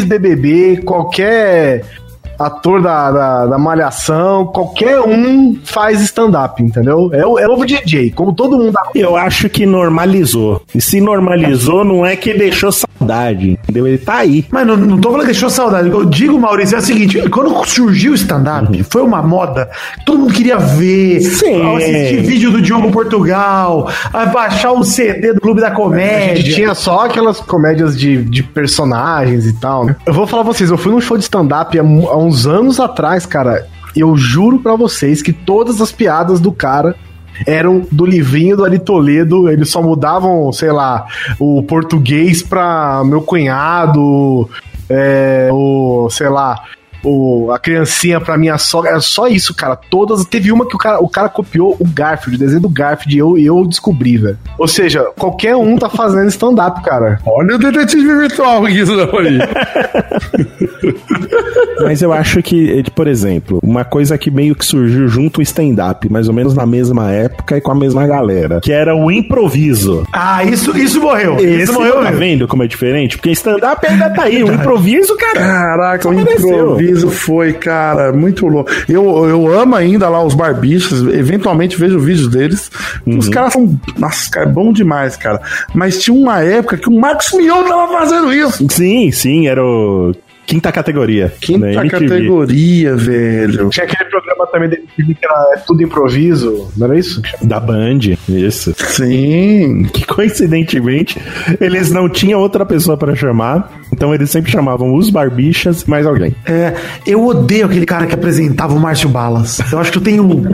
Speaker 2: ex-BBB, qualquer ator da, da, da Malhação, qualquer um faz stand-up, entendeu? É o, é o novo DJ, como todo mundo.
Speaker 6: Eu acho que normalizou. E se normalizou, não é que deixou saudade, entendeu? Ele tá aí.
Speaker 3: Mas não, não tô falando que deixou saudade. Eu digo, Maurício, é o seguinte: quando surgiu o
Speaker 2: Uhum.
Speaker 3: stand-up, foi uma moda. Todo mundo queria ver,
Speaker 6: Sim.
Speaker 3: assistir vídeo do Diogo Portugal, a- baixar o CD do Clube da
Speaker 2: É, A gente
Speaker 3: Comédia.
Speaker 2: tinha só aquelas comédias de, de personagens e tal, né? Eu vou falar pra vocês, eu fui num show de stand-up há, mu- há uns anos atrás, cara. Eu juro pra vocês que todas as piadas do cara eram do livrinho do Ari Toledo. Eles só mudavam, sei lá, o português pra meu cunhado, é, o, sei lá. O, a criancinha pra minha sogra, era só isso, cara. Todas. Teve uma que o cara, o cara copiou o Garfield, o desenho do Garfield, e eu, eu descobri, velho. Ou seja, qualquer um tá fazendo stand-up, cara.
Speaker 5: Olha o detetive virtual que isso não aí.
Speaker 6: Mas eu acho que, eh, por exemplo, uma coisa que meio que surgiu junto o stand-up, mais ou menos na mesma época e com a mesma galera, que era o improviso.
Speaker 3: Ah, isso, isso morreu.
Speaker 6: Esse
Speaker 3: isso morreu
Speaker 6: tá
Speaker 3: mesmo.
Speaker 6: vendo como é diferente? Porque stand-up ainda tá aí, o improviso, cara.
Speaker 5: Caraca, o
Speaker 6: Desapareceu.
Speaker 5: improviso foi, cara, muito louco. Eu, eu amo ainda lá os barbichos, eventualmente vejo vídeos deles.
Speaker 2: Uhum.
Speaker 5: Os caras são. Nossa, cara, é bom demais, cara. Mas tinha uma época que o Marcos Mion tava fazendo isso.
Speaker 6: Sim, sim, era o quinta categoria.
Speaker 5: Quinta
Speaker 6: né, MTV.
Speaker 5: categoria, velho.
Speaker 2: Tinha aquele programa também da MTV que era é tudo improviso, não era isso?
Speaker 6: Da Band, isso.
Speaker 5: Sim.
Speaker 6: Que coincidentemente, eles não tinham outra pessoa pra chamar, então eles sempre chamavam os barbichas e mais alguém.
Speaker 3: É, eu odeio aquele cara que apresentava o Márcio Balas. Eu acho que eu tenho. um,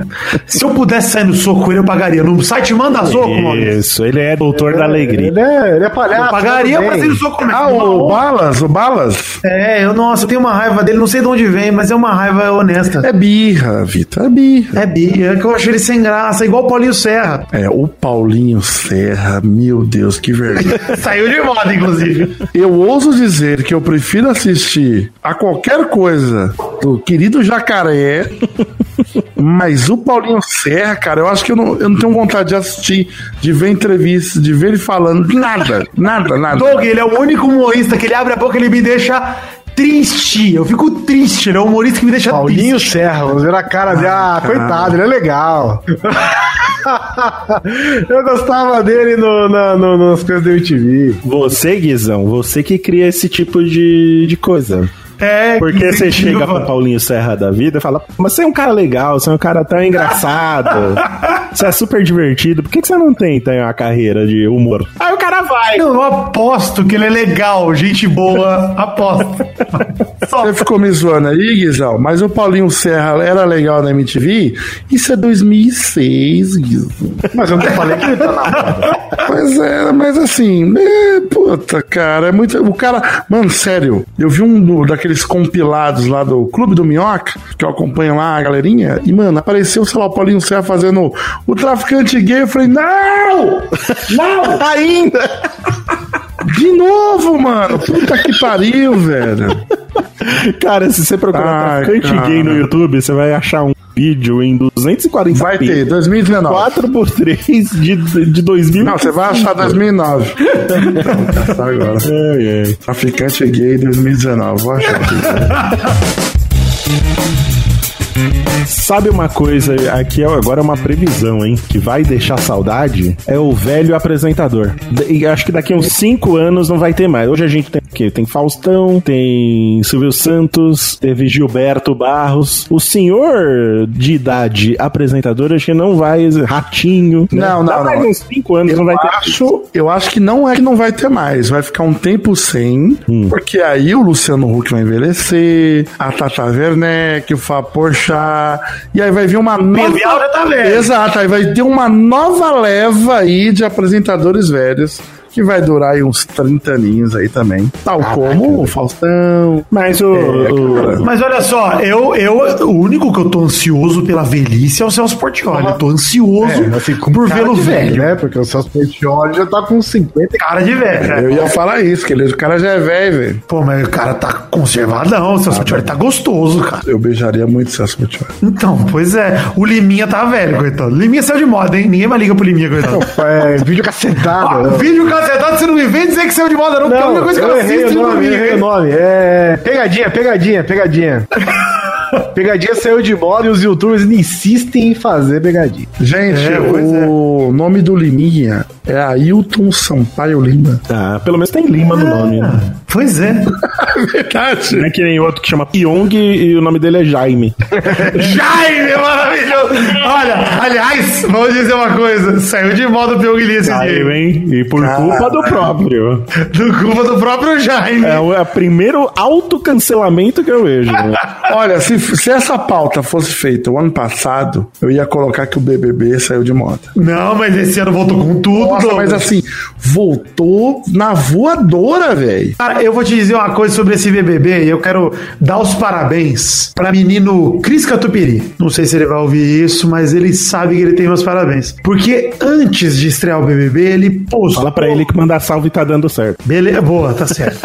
Speaker 3: Se eu pudesse sair no soco com ele, eu pagaria. No site manda soco, Maurício.
Speaker 6: Isso, ele é doutor da alegria.
Speaker 2: Ele é, ele é palhaço. né?
Speaker 3: Eu Ah, pagaria
Speaker 2: tudo
Speaker 3: pra
Speaker 2: bem.
Speaker 3: sair no soco com ele.
Speaker 5: Ah, o Balas, o Balas
Speaker 3: É, eu, nossa, eu tenho uma raiva dele, não sei de onde vem, mas é uma raiva honesta.
Speaker 5: é birra, Vitor, é birra.
Speaker 3: É bi, é que eu acho ele sem graça, igual o Paulinho Serra.
Speaker 5: É, o Paulinho Serra, meu Deus, que vergonha.
Speaker 3: Saiu de moda, inclusive.
Speaker 5: Eu ouso dizer que eu prefiro assistir a qualquer coisa do querido Jacaré, mas o Paulinho Serra, cara, eu acho que eu não, eu não tenho vontade de assistir, de ver entrevista, de ver ele falando, nada, nada, nada.
Speaker 3: Doug, ele é o único humorista que ele abre a boca e ele me deixa triste. Eu fico triste, ele é um humorista que me deixa
Speaker 2: Paulinho
Speaker 3: triste.
Speaker 2: Serra, vamos ver a cara dele. Ah, coitado, ele é legal. Eu gostava dele no, na- no- nas coisas da MTV.
Speaker 6: Você, Guizão, você que cria esse tipo de, de coisa.
Speaker 3: É,
Speaker 6: Porque
Speaker 3: que
Speaker 6: você
Speaker 3: incentiva.
Speaker 6: chega pro Paulinho Serra da vida e fala: Mas você é um cara legal, você é um cara tão engraçado, você é super divertido, por que, que você não tenta aí uma carreira de humor? Aí o cara vai.
Speaker 3: Eu aposto que ele é legal, gente boa, aposto. Só
Speaker 5: Você ficou me zoando aí, Guizão, mas o Paulinho Serra era legal na MTV? Isso é 2006, Guizão.
Speaker 2: Mas eu não falei que ele tá na
Speaker 5: Pois é, mas assim, é, puta, cara, é muito. O cara, mano, sério, eu vi um do- daqueles compilados lá do Clube do Minhoca, que eu acompanho lá a galerinha, e, mano, apareceu, sei lá, o Paulinho Serra fazendo o traficante gay. Eu falei, não! Não! Ainda! De novo, mano! Puta que pariu, velho!
Speaker 6: Cara, se você procurar
Speaker 5: Ai,
Speaker 6: traficante
Speaker 5: cara.
Speaker 6: gay no YouTube, você vai achar um vídeo em 240p.
Speaker 5: Vai ter, 2019.
Speaker 6: 4x3 de, de 2000.
Speaker 5: Não, você vai achar 2009. Tá agora.
Speaker 6: É, é.
Speaker 5: Traficante gay 2019, vou achar aqui.
Speaker 6: Sabe uma coisa, aqui é- agora é uma previsão, hein? Que vai deixar saudade é o velho apresentador. D- E acho que daqui a uns 5 anos não vai ter mais. Hoje a gente tem o quê? Tem Faustão, tem Silvio Santos, teve Gilberto Barros. O senhor de idade apresentador, acho que não vai. Ratinho. né?
Speaker 5: Não, não,
Speaker 6: Dá mais
Speaker 5: não.
Speaker 6: uns 5 anos não vai ter.
Speaker 5: acho, eu acho que não é que não vai ter mais. Vai ficar um tempo sem, porque aí o Luciano Huck vai envelhecer, a Tata Werneck, o Fá Porchat, e aí vai vir uma nova...
Speaker 3: Bial já tá velho.
Speaker 5: Exato, aí vai ter uma nova leva aí de apresentadores velhos. Que vai durar aí uns 30 aninhos aí também. Tal como o Faustão. É,
Speaker 6: Mas o. o-
Speaker 3: Mas olha só, eu, eu, o único que eu tô ansioso pela velhice é o Celso Portioli. Eu tô ansioso por vê-lo
Speaker 5: É,
Speaker 3: velho.
Speaker 2: né? Porque o Celso Portiolli já tá com 50
Speaker 3: Cara de velho. né?
Speaker 5: Eu ia falar isso, que ele, o cara já é velho, velho.
Speaker 3: Pô, mas o cara tá conservadão, o Celso Portioli tá gostoso, cara.
Speaker 5: Eu beijaria muito Celso Portiolli.
Speaker 3: Então, pois é. O Liminha tá velho, coitado. Liminha saiu de moda, hein? Ninguém mais liga pro Liminha, coitado.
Speaker 2: é, vídeo cacetado.
Speaker 3: Ah,
Speaker 2: né?
Speaker 3: vídeo cacetado, você não me vem dizer que saiu de moda, não, porque a única coisa que eu, assisto de domingo, hein?
Speaker 2: nome. É. Pegadinha, pegadinha, pegadinha. pegadinha saiu de moda e os youtubers insistem em fazer pegadinha.
Speaker 5: Gente, o nome do Liminha é Ailton Sampaio Lima.
Speaker 6: Ah, pelo menos tem Lima no nome. né?
Speaker 3: Pois é.
Speaker 5: Verdade.
Speaker 6: Não é que nem outro que chama Pyong e o nome dele é Jaime.
Speaker 3: Jaime, maravilhoso! Olha, aliás, vamos dizer uma coisa: saiu de moda o Pyong Lee esse
Speaker 6: Aí,
Speaker 3: dia.
Speaker 6: hein? E por culpa do próprio.
Speaker 3: Do culpa do próprio Jaime.
Speaker 6: É o é o primeiro autocancelamento que eu vejo. né?
Speaker 5: Olha, se, se essa pauta fosse feita o ano passado, eu ia colocar que o BBB saiu de moda.
Speaker 3: Não, mas esse ano voltou com tudo.
Speaker 5: Nossa,
Speaker 3: Douglas.
Speaker 5: mas assim, voltou na voadora, velho.
Speaker 3: Cara, eu vou te dizer uma coisa sobre esse BBB e eu quero dar os parabéns pra menino Cris Catupiri. Não sei se ele vai ouvir isso, mas ele sabe que ele tem meus parabéns. Porque antes de estrear o BBB, ele postou.
Speaker 6: Fala pra ele que mandar salve tá dando certo.
Speaker 3: Beleza, boa, tá certo.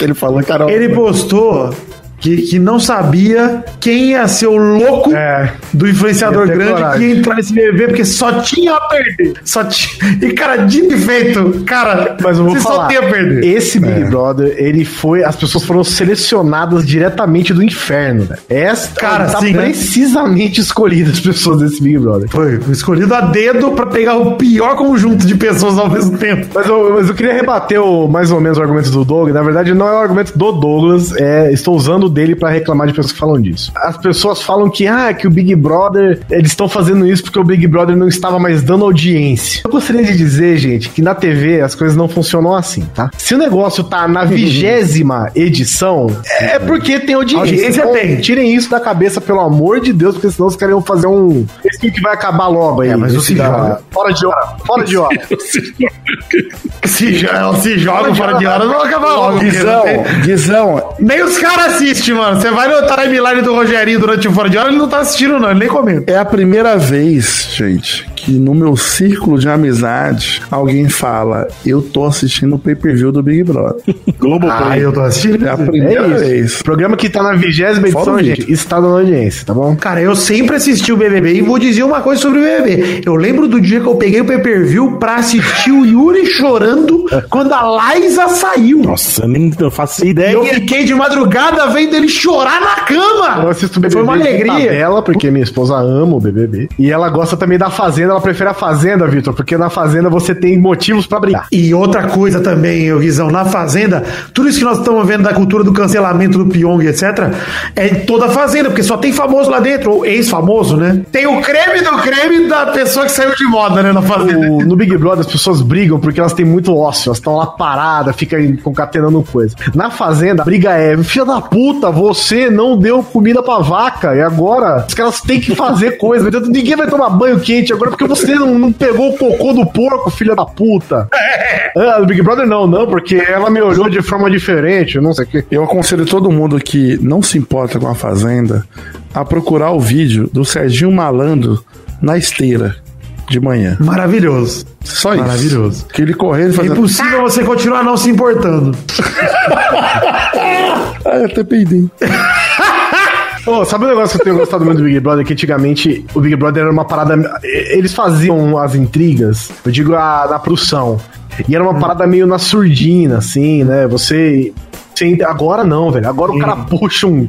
Speaker 5: Ele falou, Carol.
Speaker 3: Ele postou que, que não sabia quem ia ser o louco
Speaker 2: É.
Speaker 3: do influenciador
Speaker 2: Ia ter
Speaker 3: grande
Speaker 2: coragem.
Speaker 3: que ia entrar nesse BBB, porque só tinha a perder. Só tinha... E, cara, de defeito, cara,
Speaker 2: Mas eu vou
Speaker 3: você
Speaker 2: falar.
Speaker 3: só tem a perder. É.
Speaker 2: Esse Big Brother, ele foi. As pessoas foram selecionadas diretamente do inferno, velho. Essa
Speaker 3: Cara,
Speaker 2: tá
Speaker 3: sim, né?
Speaker 2: precisamente escolhidas as pessoas desse Big Brother.
Speaker 3: Foi escolhido a dedo pra pegar o pior conjunto de pessoas ao mesmo tempo.
Speaker 2: Mas eu, mas eu queria rebater o, mais ou menos o argumento do Douglas. Na verdade, não é o argumento do Douglas. É, estou usando o dele pra reclamar de pessoas que falam disso. As pessoas falam que, ah, que o Big Brother, eles estão fazendo isso porque o Big Brother não estava mais dando audiência. Eu gostaria de dizer, gente, que na TV as coisas não funcionam assim, tá? Se o negócio tá na vigésima edição, é porque tem audiência.
Speaker 3: Audiência
Speaker 2: Então,
Speaker 3: tem.
Speaker 2: Tirem isso da cabeça, pelo amor de Deus, porque senão os caras iam fazer um. Esse filme que vai acabar logo aí.
Speaker 3: É, mas não
Speaker 2: esse
Speaker 3: se
Speaker 2: da-
Speaker 3: joga.
Speaker 2: Fora de hora, fora de hora.
Speaker 3: Se, jo- ela se joga fora de hora, não acaba logo. porque
Speaker 5: Guizão,
Speaker 3: não tem-
Speaker 5: Guizão,
Speaker 3: Nem os caras assistem, mano. Você vai no timeline do Rogerinho durante o fora de hora, ele não tá assistindo, não. Ele nem comenta.
Speaker 5: é a primeira vez, gente, que no meu círculo de amizade, alguém fala, eu tô assistindo o pay-per-view do Big Brother.
Speaker 3: Ah, eu tô assistindo.
Speaker 5: É a
Speaker 2: É
Speaker 5: primeira
Speaker 2: isso.
Speaker 5: vez.
Speaker 2: O programa que tá na vigésima
Speaker 5: Fora
Speaker 2: edição,
Speaker 5: o
Speaker 2: gente, está dando audiência, tá bom?
Speaker 3: Cara, eu sempre assisti o BBB e vou dizer uma coisa sobre o BBB. Eu lembro do dia que eu peguei o pay-per-view pra assistir o Yuri chorando quando a Liza saiu.
Speaker 6: Nossa, nem eu faço ideia.
Speaker 3: Eu fiquei de madrugada vendo ele chorar na cama.
Speaker 2: Eu assisto o
Speaker 3: Foi
Speaker 2: BBB
Speaker 3: uma
Speaker 2: de
Speaker 3: alegria.
Speaker 2: tabela, porque minha esposa ama o BBB. E ela gosta também da Fazenda, Fazenda, ela prefere a Fazenda, Vitor, porque na Fazenda você tem motivos pra brigar.
Speaker 3: E outra coisa também, ô Guizão, na Fazenda, tudo isso que nós estamos vendo da cultura do cancelamento do Pyong, etc., é em toda a Fazenda, porque só tem famoso lá dentro, ou ex-famoso, né? Tem o creme do creme da pessoa que saiu de moda, né, na Fazenda.
Speaker 2: O- no Big Brother as pessoas brigam porque elas têm muito ócio, elas estão lá paradas, ficam concatenando coisa. Na fazenda, a briga é, filha da puta, você não deu comida pra vaca, e agora os caras têm que fazer coisa, entendeu? ninguém vai tomar banho quente agora porque você não, não pegou o cocô do porco, filha da puta. Ah, no Big Brother não, não, porque ela me olhou de forma diferente, não sei o que.
Speaker 5: Eu aconselho todo mundo que não se importa com a Fazenda a procurar o vídeo do Serginho Malandro na esteira de manhã.
Speaker 3: Maravilhoso.
Speaker 5: Só isso.
Speaker 3: Maravilhoso.
Speaker 5: Que ele correndo
Speaker 3: É
Speaker 5: e fazendo.
Speaker 3: impossível você continuar não se importando.
Speaker 5: Ah, eu até peidei.
Speaker 2: Ô, sabe um negócio que eu tenho gostado muito do Big Brother? Que antigamente o Big Brother era uma parada. Eles faziam as intrigas, eu digo a, na produção. E era uma parada meio na surdina, assim, né? Você. você- Agora não, velho. Agora o cara puxa um.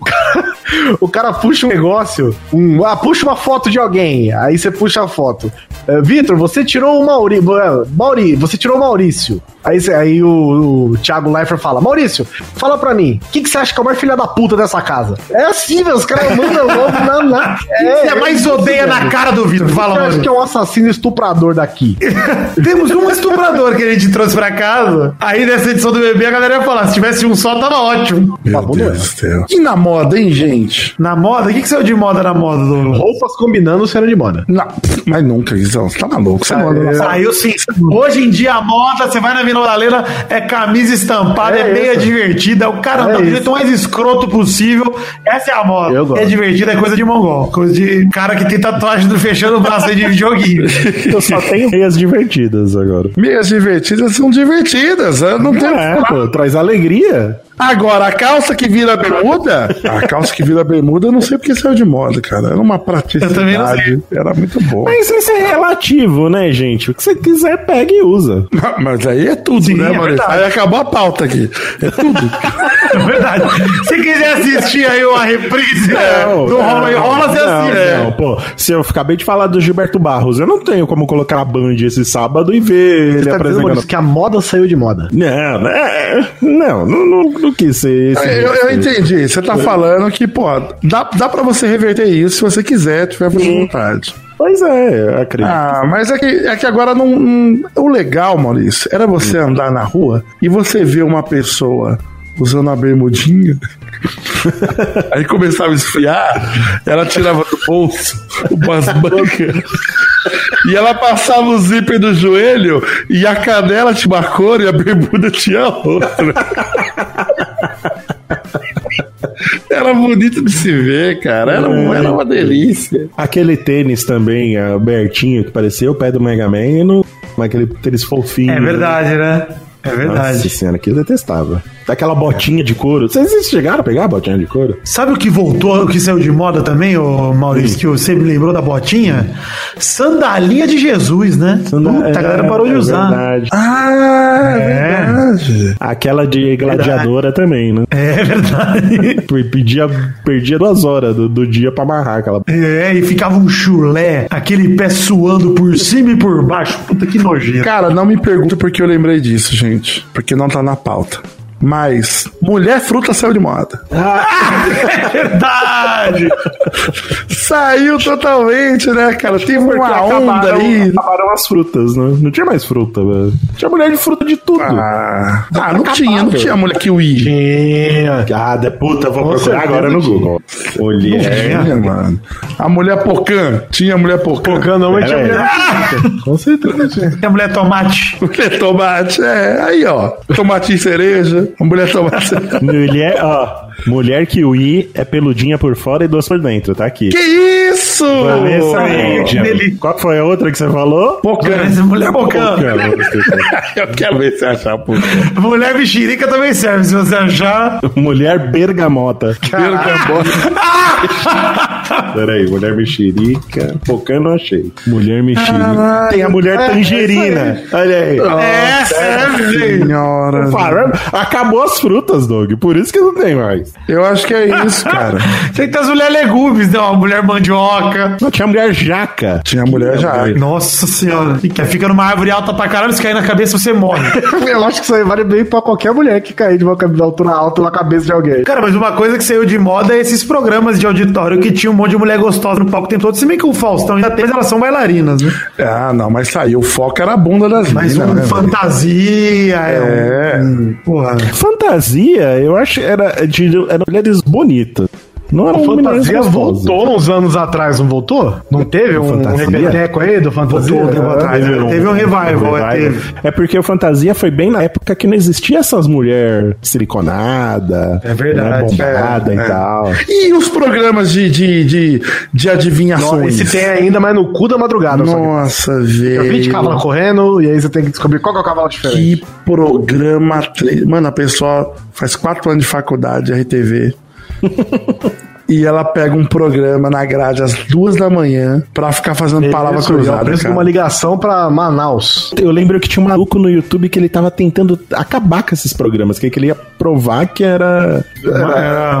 Speaker 2: O cara, o cara puxa um negócio. Um, ah, puxa uma foto de alguém. Aí você puxa a foto. É, Vitor, você tirou o Maurício. Mauri, você tirou o Maurício. Aí, você- aí o, o Thiago Leifert fala: Maurício, fala pra mim, o que, que você acha que é o maior filha da puta dessa casa? É assim, velho, os caras mandam logo na. na é,
Speaker 3: Você é mais odeia na cara do Vitor. Fala,
Speaker 2: Eu acho
Speaker 3: mano.
Speaker 2: que é um assassino estuprador daqui.
Speaker 3: Temos um estuprador que a gente trouxe pra casa. Aí nessa edição do bebê a galera ia falar: se tivesse um só, tava ótimo.
Speaker 5: Meu
Speaker 2: Acabou,
Speaker 5: Deus
Speaker 2: não é?
Speaker 5: do céu. Tá né? E na moda, hein, gente?
Speaker 3: Na moda? O que, que saiu de moda na moda, Douglas?
Speaker 2: Roupas combinando cena de moda.
Speaker 5: Não, pff, mas nunca, Guizão. Você tá maluco? Você mora
Speaker 2: É.
Speaker 5: na
Speaker 3: Saiu sim. Hoje em dia a moda, você vai na Vila Madalena, é camisa estampada, é,
Speaker 2: É
Speaker 3: meia
Speaker 2: isso.
Speaker 3: divertida, é o cara
Speaker 2: É
Speaker 3: tá do
Speaker 2: isso.
Speaker 3: jeito mais escroto possível. Essa é a moda.
Speaker 2: Eu gosto.
Speaker 3: É divertida, é coisa de mongol. Coisa de cara que tem tatuagem do fechando o braço aí de joguinho.
Speaker 6: Eu só tenho meias divertidas agora.
Speaker 5: Meias divertidas são divertidas. Eu não tenho.
Speaker 6: É, pô, traz alegria.
Speaker 5: Agora, a calça que vira bermuda. A calça que vira bermuda, eu não sei porque saiu de moda, cara. Era uma praticidade.
Speaker 3: Eu também não sei.
Speaker 5: Era muito boa.
Speaker 6: Mas isso é relativo, né, gente? O que você quiser, pega e usa.
Speaker 5: Mas aí é tudo,
Speaker 3: Sim,
Speaker 5: né,
Speaker 3: é
Speaker 5: mano?
Speaker 3: verdade.
Speaker 5: Aí acabou a pauta aqui. É tudo.
Speaker 3: É verdade. Se quiser assistir aí uma reprise né, do Rola e Rola, assim, né? você
Speaker 6: é, não,
Speaker 3: assiste.
Speaker 6: não, pô. Se eu acabei de falar do Gilberto Barros, eu não tenho como colocar a Band esse sábado e ver ele
Speaker 2: Você tá dizendo,
Speaker 6: apresentando.
Speaker 2: Maurício, que a moda saiu de moda.
Speaker 6: Não, é, é, não, não, não, não quis ser esse.
Speaker 5: Eu, eu
Speaker 6: jeito.
Speaker 5: entendi. Você tá falando que, pô, dá, dá pra você reverter isso se você quiser, tiver por vontade.
Speaker 6: Pois é, eu acredito.
Speaker 5: Ah, mas é que, é que agora não, não- O legal, Maurício, era você andar na rua e você ver uma pessoa usando a bermudinha. Aí começava a esfriar, ela tirava do bolso umas bancas. E ela passava o zíper do joelho e a canela tinha uma cor e a bermuda tinha outra. Era bonito de se ver, cara. Era, um- era uma delícia.
Speaker 6: Aquele tênis também, ah, abertinho, que parecia o pé do Mega Man, e não, aquele tênis fofinho.
Speaker 3: É verdade, né? É verdade.
Speaker 6: Nossa senhora, aquilo eu detestava. Daquela botinha de couro. Vocês vocês chegaram a pegar a botinha de couro?
Speaker 3: Sabe o que voltou, o que saiu de moda também, ô Maurício, que você me lembrou da botinha? Sandalinha de Jesus, né? Puta, a galera parou de
Speaker 6: É
Speaker 3: usar.
Speaker 6: verdade.
Speaker 5: Ah,
Speaker 3: É.
Speaker 6: Aquela de gladiadora também, né?
Speaker 3: É verdade.
Speaker 6: Pedia, perdia duas horas do, do dia pra amarrar aquela.
Speaker 3: É, e ficava um chulé, aquele pé suando por cima e por baixo. Puta que nojento.
Speaker 5: Cara, não me pergunta porque eu lembrei disso, gente. Porque não tá na pauta. Mas, mulher fruta saiu de moda.
Speaker 3: Verdade!
Speaker 5: Saiu totalmente, né, cara? Teve uma onda
Speaker 6: acabaram,
Speaker 5: aí.
Speaker 6: acabaram as frutas, né? Não tinha mais fruta, velho. Tinha mulher de fruta de tudo.
Speaker 5: Ah, ah, não tinha, não tinha mulher que o I.
Speaker 6: Ah, de puta, vou procurar agora no Google. Olhei.
Speaker 5: Tinha, mano. A mulher pocã. Tinha a mulher pocã.
Speaker 2: Porque não, mas tinha
Speaker 6: Pera aí.
Speaker 2: mulher. Com certeza tinha.
Speaker 3: E a mulher tomate.
Speaker 5: Mulher tomate, é. Aí, ó. Tomate e cereja. A mulher tomate.
Speaker 6: Mulher, ó. Mulher kiwi é peludinha por fora e doce por dentro, tá aqui.
Speaker 5: que é, isso?
Speaker 6: Vanessa
Speaker 3: que delícia.
Speaker 6: Angel. Qual foi a outra que você falou?
Speaker 5: Pocã.
Speaker 3: Essa mulher bocã.
Speaker 6: Pocã.
Speaker 5: Eu quero ver se achar a pocã.
Speaker 3: Mulher mexerica também serve, se você achar.
Speaker 6: Mulher bergamota.
Speaker 5: Primeiro que eu boto.
Speaker 6: Peraí, mulher mexerica. Focando, eu não achei. Mulher mexerica. Tem a mulher
Speaker 5: É,
Speaker 6: tangerina. Olha aí.
Speaker 5: Ah,
Speaker 3: Essa é, velho.
Speaker 5: Senhora.
Speaker 3: né?
Speaker 6: Parando. Acabou as frutas, Doug. Por isso que não tem mais.
Speaker 5: Eu acho que é isso, cara.
Speaker 3: Tem que ter as mulheres legumes, né? Uma mulher mandioca.
Speaker 6: Não tinha mulher jaca.
Speaker 5: Tinha mulher já.
Speaker 3: Nossa senhora. Que fica numa árvore alta pra caralho, se cair na cabeça você morre.
Speaker 2: Eu acho que isso aí vale bem pra qualquer mulher que cair de uma cab- da altura alta na cabeça de alguém.
Speaker 3: Cara, mas uma coisa que saiu de moda é esses programas de auditório que tinha um monte de mulher gostosa no palco o tempo todo. Se bem que o Faustão ainda tem, mas elas são bailarinas, né?
Speaker 5: Ah, não, mas saiu. O foco era a bunda das
Speaker 3: Mas
Speaker 5: minas,
Speaker 3: um
Speaker 5: né, velho?
Speaker 3: fantasia, é,
Speaker 5: É.
Speaker 3: um... Porra.
Speaker 6: Fantasia, eu acho que era de eram mulheres bonitas. Não era um
Speaker 2: Fantasia voltou uns anos atrás, não voltou? Não teve um, um
Speaker 6: Fantasia?
Speaker 2: repeteco aí do Fantasia? É,
Speaker 3: Voltou um tempo atrás.
Speaker 6: Teve um,
Speaker 3: Teve um revival, é, teve.
Speaker 6: É porque o Fantasia foi bem na época que não existia essas mulheres siliconada, é
Speaker 3: verdade, é,
Speaker 6: bombada e tal.
Speaker 5: E os programas de, de, de, de adivinhações?
Speaker 2: Esse tem ainda, mas no cu da madrugada. só que-
Speaker 5: Nossa,
Speaker 2: Eu vi de
Speaker 5: velho.
Speaker 2: cavalo correndo, e aí você tem que descobrir qual que é o cavalo diferente.
Speaker 5: Que programa. tre- Mano, a pessoa faz quatro anos de faculdade, RTV. E ela pega um programa na grade às duas da manhã pra ficar fazendo palavra
Speaker 2: Isso, é o
Speaker 5: cruzada.
Speaker 2: preço de uma
Speaker 5: Cara.
Speaker 2: ligação pra Manaus.
Speaker 6: Eu lembro que tinha um maluco no YouTube que ele tava tentando acabar com esses programas, que ele ia provar que era.
Speaker 3: Era maracutaia.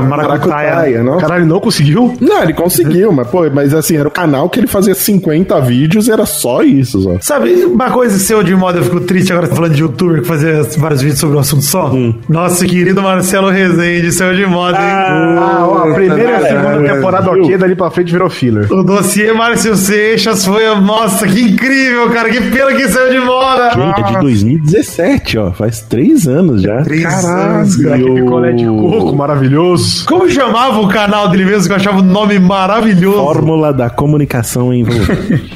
Speaker 6: Maracutaia, não?
Speaker 2: Caralho, não conseguiu?
Speaker 6: Não, ele conseguiu, mas pô, mas assim, era o canal que ele fazia 50 vídeos e era só isso, só.
Speaker 3: Sabe, uma coisa que saiu de moda, eu fico triste agora falando de youtuber que fazia vários vídeos sobre um assunto só. Nosso querido Marcelo Rezende saiu de moda, hein?
Speaker 2: Ah, ó, a primeira e a
Speaker 5: cara,
Speaker 2: segunda temporada
Speaker 6: viu?
Speaker 2: ok, dali pra frente virou filler.
Speaker 3: O dossiê Márcio Seixas foi. Nossa, que incrível, cara. Que pena que saiu de moda.
Speaker 6: Gente, é de 2017, ó. Faz três anos já.
Speaker 2: Aquele picolé de coco maravilhoso.
Speaker 3: Como chamava o canal dele mesmo que eu achava o nome maravilhoso?
Speaker 6: Fórmula da comunicação envolvente.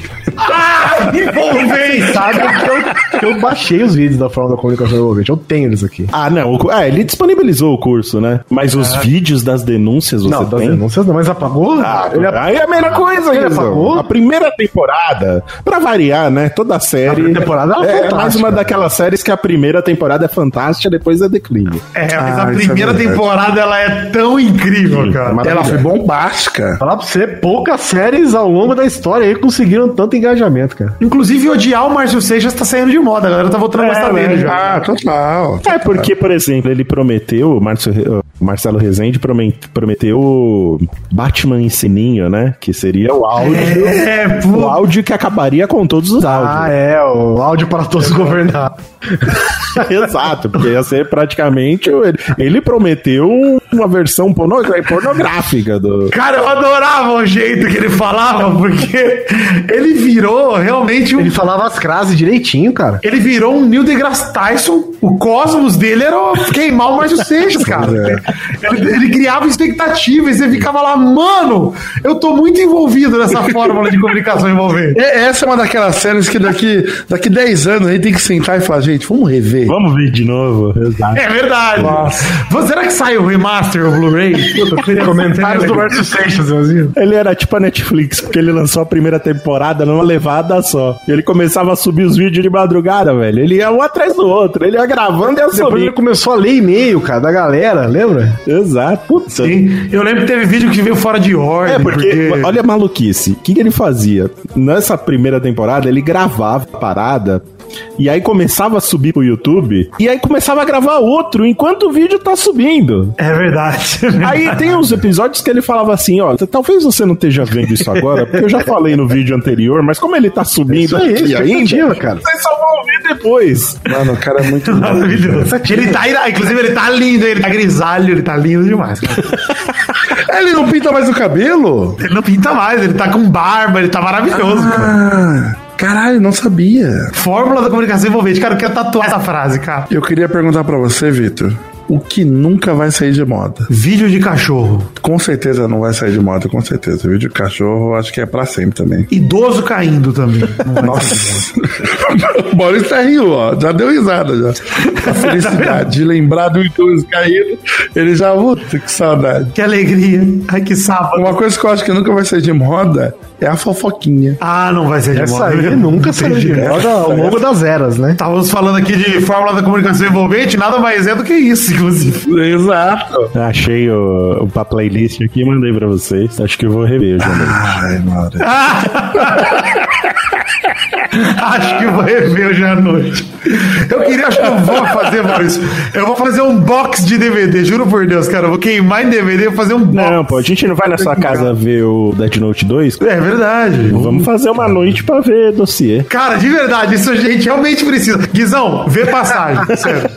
Speaker 3: Envolvente.
Speaker 2: Sabe que eu, que eu baixei os vídeos da Fórmula da Comunicação Envolvente. Eu tenho eles aqui.
Speaker 6: ah, não. o cu- ah, ele disponibilizou o curso, né? Mas os vídeos das denúncias você
Speaker 2: não, das
Speaker 6: tem?
Speaker 2: denúncias tá não, mas apagou?
Speaker 6: Ah,
Speaker 2: ele apagou.
Speaker 6: aí é a melhor coisa,
Speaker 2: Ele
Speaker 6: Guizão.
Speaker 2: apagou?
Speaker 6: A primeira temporada, pra variar, né? Toda a série.
Speaker 2: primeira temporada é
Speaker 6: é, é
Speaker 2: fantástica.
Speaker 6: mais uma daquelas séries que a primeira temporada é fantástica, depois é declínio.
Speaker 3: É, mas a
Speaker 5: Ah, isso é
Speaker 3: primeira
Speaker 5: verdade.
Speaker 3: temporada ela é tão
Speaker 6: Hum,
Speaker 3: incrível,
Speaker 6: é
Speaker 3: cara.
Speaker 5: Ela foi bombástica.
Speaker 2: Falar pra você, poucas séries ao longo da história aí conseguiram tanto engajamento, cara.
Speaker 3: Inclusive, odiar o Márcio Seixas tá saindo de moda, a galera tá voltando a gostar dele já.
Speaker 5: Ah, total.
Speaker 6: É porque, por exemplo, ele prometeu, o Márcio Re- o Marcelo Rezende promet- prometeu o Batman em sininho, né? Que seria o áudio.
Speaker 3: É,
Speaker 6: O
Speaker 3: pô.
Speaker 6: áudio que acabaria com todos os
Speaker 2: Ah,
Speaker 6: áudios.
Speaker 2: é, o áudio para todos
Speaker 5: É.
Speaker 2: governar.
Speaker 6: Exato, porque ia ser praticamente. o- Ele, ele prometeu uma versão porno- pornográfica do.
Speaker 3: Cara, eu adorava o jeito que ele falava, porque ele virou realmente um
Speaker 2: Ele falava as frases direitinho, cara.
Speaker 3: Ele virou um Neil deGrasse Tyson. O cosmos dele era o- queimar o Márcio Seixas, cara.
Speaker 6: É.
Speaker 3: Ele, ele criava expectativas. Você ficava lá, mano, eu tô muito envolvido nessa fórmula de comunicação envolvente.
Speaker 5: É, essa é uma daquelas séries que daqui, daqui 10 anos a gente tem que sentar e falar, gente, vamos rever.
Speaker 6: Vamos ver de novo. Exato.
Speaker 3: É verdade. Você- Será que sai o remaster, o Blu-ray?
Speaker 2: Comentários do Márcio Seixas, Zezinho.
Speaker 6: Ele era tipo a Netflix, porque ele lançou a primeira temporada numa levada só. E ele começava a subir os vídeos de madrugada, velho. Ele ia um atrás do outro. Ele ia gravando e ia
Speaker 2: Depois ele
Speaker 6: subindo.
Speaker 2: começou a ler e-mail, cara, da galera, lembra?
Speaker 6: Exato. Puta.
Speaker 3: Sim. Eu lembro que teve vídeo que veio fora de ordem.
Speaker 6: É, porque, olha a maluquice. O que, que ele fazia? Nessa primeira temporada, ele gravava a parada. E aí começava a subir pro YouTube. E aí começava a gravar outro enquanto o vídeo tá subindo.
Speaker 3: É verdade.
Speaker 6: Aí tem uns episódios que ele falava assim, ó, talvez você não esteja vendo isso agora, porque eu já falei no vídeo anterior, mas como ele tá subindo
Speaker 2: Isso aí,
Speaker 6: aqui
Speaker 2: expectativa,
Speaker 6: ainda,
Speaker 2: cara.
Speaker 6: vocês só vão ouvir depois.
Speaker 5: Mano, o cara é muito.
Speaker 3: Maravilhoso. Ele tá, ira- inclusive, ele tá lindo, ele tá grisalho, ele tá lindo demais. cara.
Speaker 5: ele não pinta mais o cabelo?
Speaker 3: Ele não pinta mais, ele tá com barba, ele tá maravilhoso, cara.
Speaker 5: Ah, caralho, não sabia.
Speaker 3: Fórmula da comunicação envolvente. Cara, eu quero tatuar essa frase, cara.
Speaker 5: Eu queria perguntar pra você, Vitor. O que nunca vai sair de moda?
Speaker 3: Vídeo de cachorro.
Speaker 5: Com certeza não vai sair de moda, com certeza. Vídeo cachorro, acho que é pra sempre também.
Speaker 3: Idoso caindo também.
Speaker 5: Nossa. o Maurício tá rindo, ó. Já deu risada já. A felicidade de lembrar do idoso caindo. Ele já, puta, que saudade.
Speaker 3: que alegria. Ai, que sábado.
Speaker 5: Uma coisa que eu acho que nunca vai sair de moda é a fofoquinha.
Speaker 3: Ah, não vai ser de
Speaker 2: Essa
Speaker 3: moda.
Speaker 2: aí nunca saiu de
Speaker 5: Entendi.
Speaker 2: moda ao longo das eras, né?
Speaker 3: Estávamos falando aqui de fórmula da comunicação envolvente, nada mais é do que isso, inclusive.
Speaker 5: Exato.
Speaker 6: Achei o, o, a playlist aqui e mandei pra vocês. Acho que eu vou rever hoje à noite.
Speaker 5: Ai, Mauro.
Speaker 3: Acho que eu vou rever hoje à noite. Eu queria, acho que eu vou fazer, Maurício. Eu vou fazer um box de DVD, juro por Deus, cara. Eu vou queimar em DVD e fazer um box.
Speaker 6: Ah, Não, pô, a gente não vai na sua casa ver o Dead Note 2?
Speaker 3: É verdade.
Speaker 6: Vamos fazer uma noite pra ver dossiê.
Speaker 3: Cara, de verdade, isso a gente realmente precisa. Guizão, vê passagem. sério.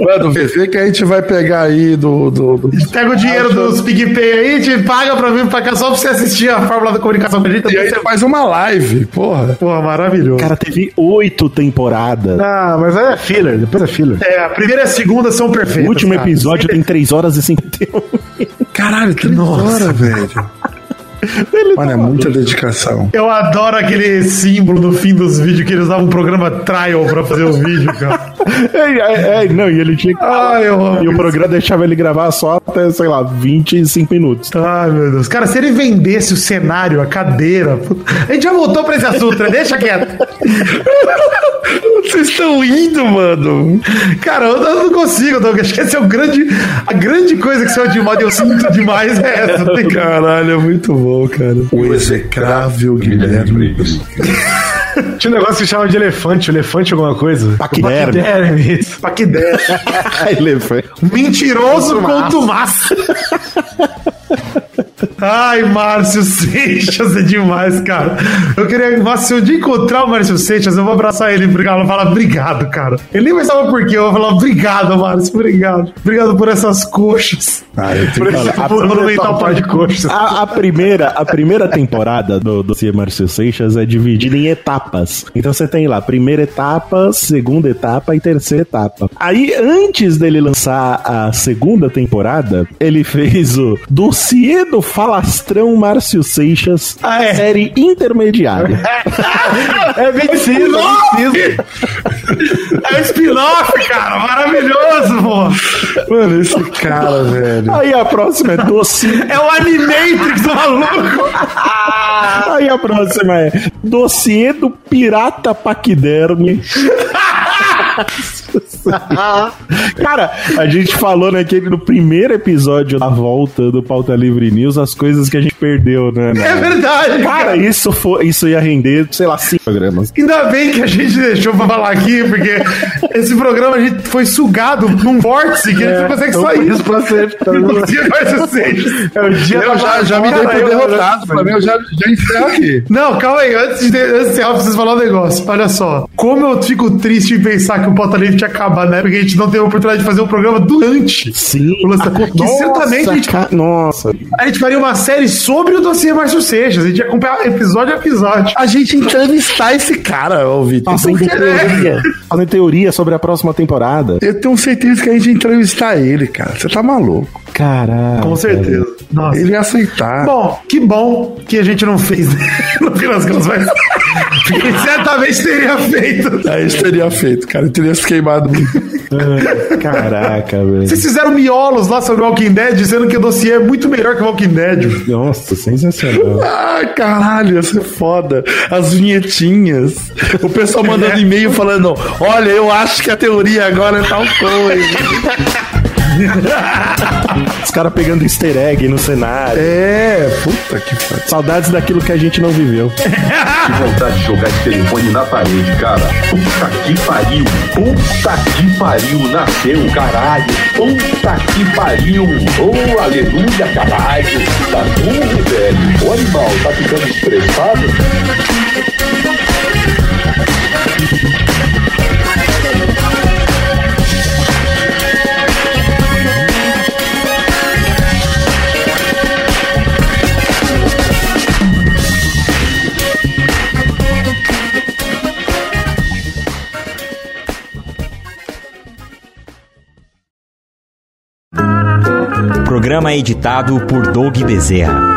Speaker 5: Mano, vê, vê que a gente vai pegar aí do. do, do-
Speaker 3: Pega o dinheiro dos PicPay aí, te paga pra vir pra cá só pra você assistir a fórmula da comunicação com a gente.
Speaker 5: E aí você faz uma live, porra.
Speaker 3: Porra, maravilhoso.
Speaker 6: Cara, teve oito temporadas.
Speaker 2: Ah, mas aí é filler, depois é filler.
Speaker 3: É, a primeira e a segunda são
Speaker 6: O
Speaker 3: perfeitas.
Speaker 6: último
Speaker 3: cara.
Speaker 6: episódio tem 3 horas e 51
Speaker 5: Caralho, três horas, velho. Mano, é muita dedicação.
Speaker 3: Eu adoro aquele símbolo no fim dos vídeos que eles davam um programa trial pra fazer o vídeo, cara.
Speaker 6: É, é, é, não, e ele tinha que.
Speaker 3: Ai, eu amo.
Speaker 6: E o programa deixava ele gravar só até, sei lá, 25 minutos.
Speaker 3: Ai, meu Deus. Cara, se ele vendesse o cenário, a cadeira. puta- A gente já voltou pra esse assunto, né? Deixa quieto.
Speaker 5: Vocês estão indo, mano.
Speaker 3: Cara, eu eu não consigo, Doug. Acho que esse é o grande. A grande coisa que saiu de moda e eu sinto demais é essa. Não tem cara.
Speaker 5: Caralho, é muito bom, cara. O execrável Guilherme.
Speaker 2: Tinha um negócio que chama de elefante, elefante alguma coisa.
Speaker 6: Paquiderme.
Speaker 2: Paquiderme. isso.
Speaker 3: Pra que der.
Speaker 6: Elefante.
Speaker 3: Mentiroso quanto massa. Ai, Márcio Seixas é demais, cara. Eu queria, nossa, se eu de encontrar o Márcio Seixas, eu vou abraçar ele, porque ela falar obrigado, cara. Ele nem vai saber por quê, eu vou falar obrigado, Márcio, obrigado. Obrigado por essas coxas.
Speaker 5: Ah, eu tenho
Speaker 3: Por
Speaker 5: que
Speaker 3: esse monumental par de coxas.
Speaker 6: A, a primeira, a primeira temporada do dossiê Márcio Seixas é dividida em etapas. Então você tem lá primeira etapa, segunda etapa e terceira etapa. Aí, antes dele lançar a segunda temporada, ele fez o dossiê do falastrão Márcio Seixas,
Speaker 3: Ah, é?
Speaker 6: série intermediária.
Speaker 2: É vencido, é vencido.
Speaker 3: É spin-off, cara, maravilhoso, pô.
Speaker 5: Mano, esse cara, velho.
Speaker 6: Aí a próxima é dossiê.
Speaker 3: É o Animatrix do maluco.
Speaker 6: Aí a próxima é dossiê do pirata paquiderme. Cara, a gente falou naquele no primeiro episódio da volta do Pauta Livre News as coisas que a gente perdeu, né?
Speaker 3: É
Speaker 6: né?
Speaker 3: verdade,
Speaker 6: Cara, isso, foi, isso ia render, sei lá, cinco programas.
Speaker 3: Ainda bem que a gente deixou pra falar aqui, porque esse programa a gente foi sugado num vórtice que a gente não consegue sair.
Speaker 2: Isso pra ser.
Speaker 3: Inclusive, vai ser seis.
Speaker 2: É o dia
Speaker 5: Eu já, já me dei por
Speaker 3: Cara, eu-
Speaker 5: derrotado, pra mim eu já, já encerro aqui.
Speaker 3: Não, calma aí, antes de antes de encerrar, eu preciso falar um negócio. Olha só, como eu fico triste em pensar que o Pauta Livre tinha acabado, né? Porque a gente não teve a oportunidade de fazer um programa durante.
Speaker 6: Sim.
Speaker 3: o lançamento. Que certamente a gente,
Speaker 6: assim, ca- Nossa.
Speaker 3: a gente faria uma série sobre o dossiê Márcio Seixas. A gente ia acompanhar episódio a episódio.
Speaker 5: A gente entrevistar esse cara, ô Vitor.
Speaker 6: Fazendo teoria. Fazendo teoria sobre a próxima temporada.
Speaker 5: Eu tenho certeza que a gente ia entrevistar ele, cara. Você tá maluco.
Speaker 6: Caralho.
Speaker 3: Com certeza. Nossa.
Speaker 5: Ele ia aceitar.
Speaker 3: Bom, que bom que a gente não fez né? no fim das contas, mas porque certamente teria feito.
Speaker 5: Aí isso teria feito, cara. Eu teria se queimado muito.
Speaker 6: Caraca, velho.
Speaker 3: Vocês fizeram miolos lá sobre o Walking Dead, dizendo que o dossiê é muito melhor que o Walking Dead.
Speaker 6: Nossa, sensacional.
Speaker 5: Ah, caralho, ia ser foda. As vinhetinhas. O pessoal
Speaker 3: É.
Speaker 5: mandando e-mail falando: Olha, eu acho que a teoria agora é tal coisa.
Speaker 6: Os caras pegando easter egg no cenário.
Speaker 5: É, puta que pariu.
Speaker 6: Saudades daquilo que a gente não viveu.
Speaker 9: vontade de jogar esse telefone na parede, cara. Puta que pariu. Puta que pariu. Nasceu, caralho. Puta que pariu. Oh, aleluia, caralho. Tá burro, velho. Ô, animal, tá ficando estressado?
Speaker 10: Programa editado por Doug Bezerra.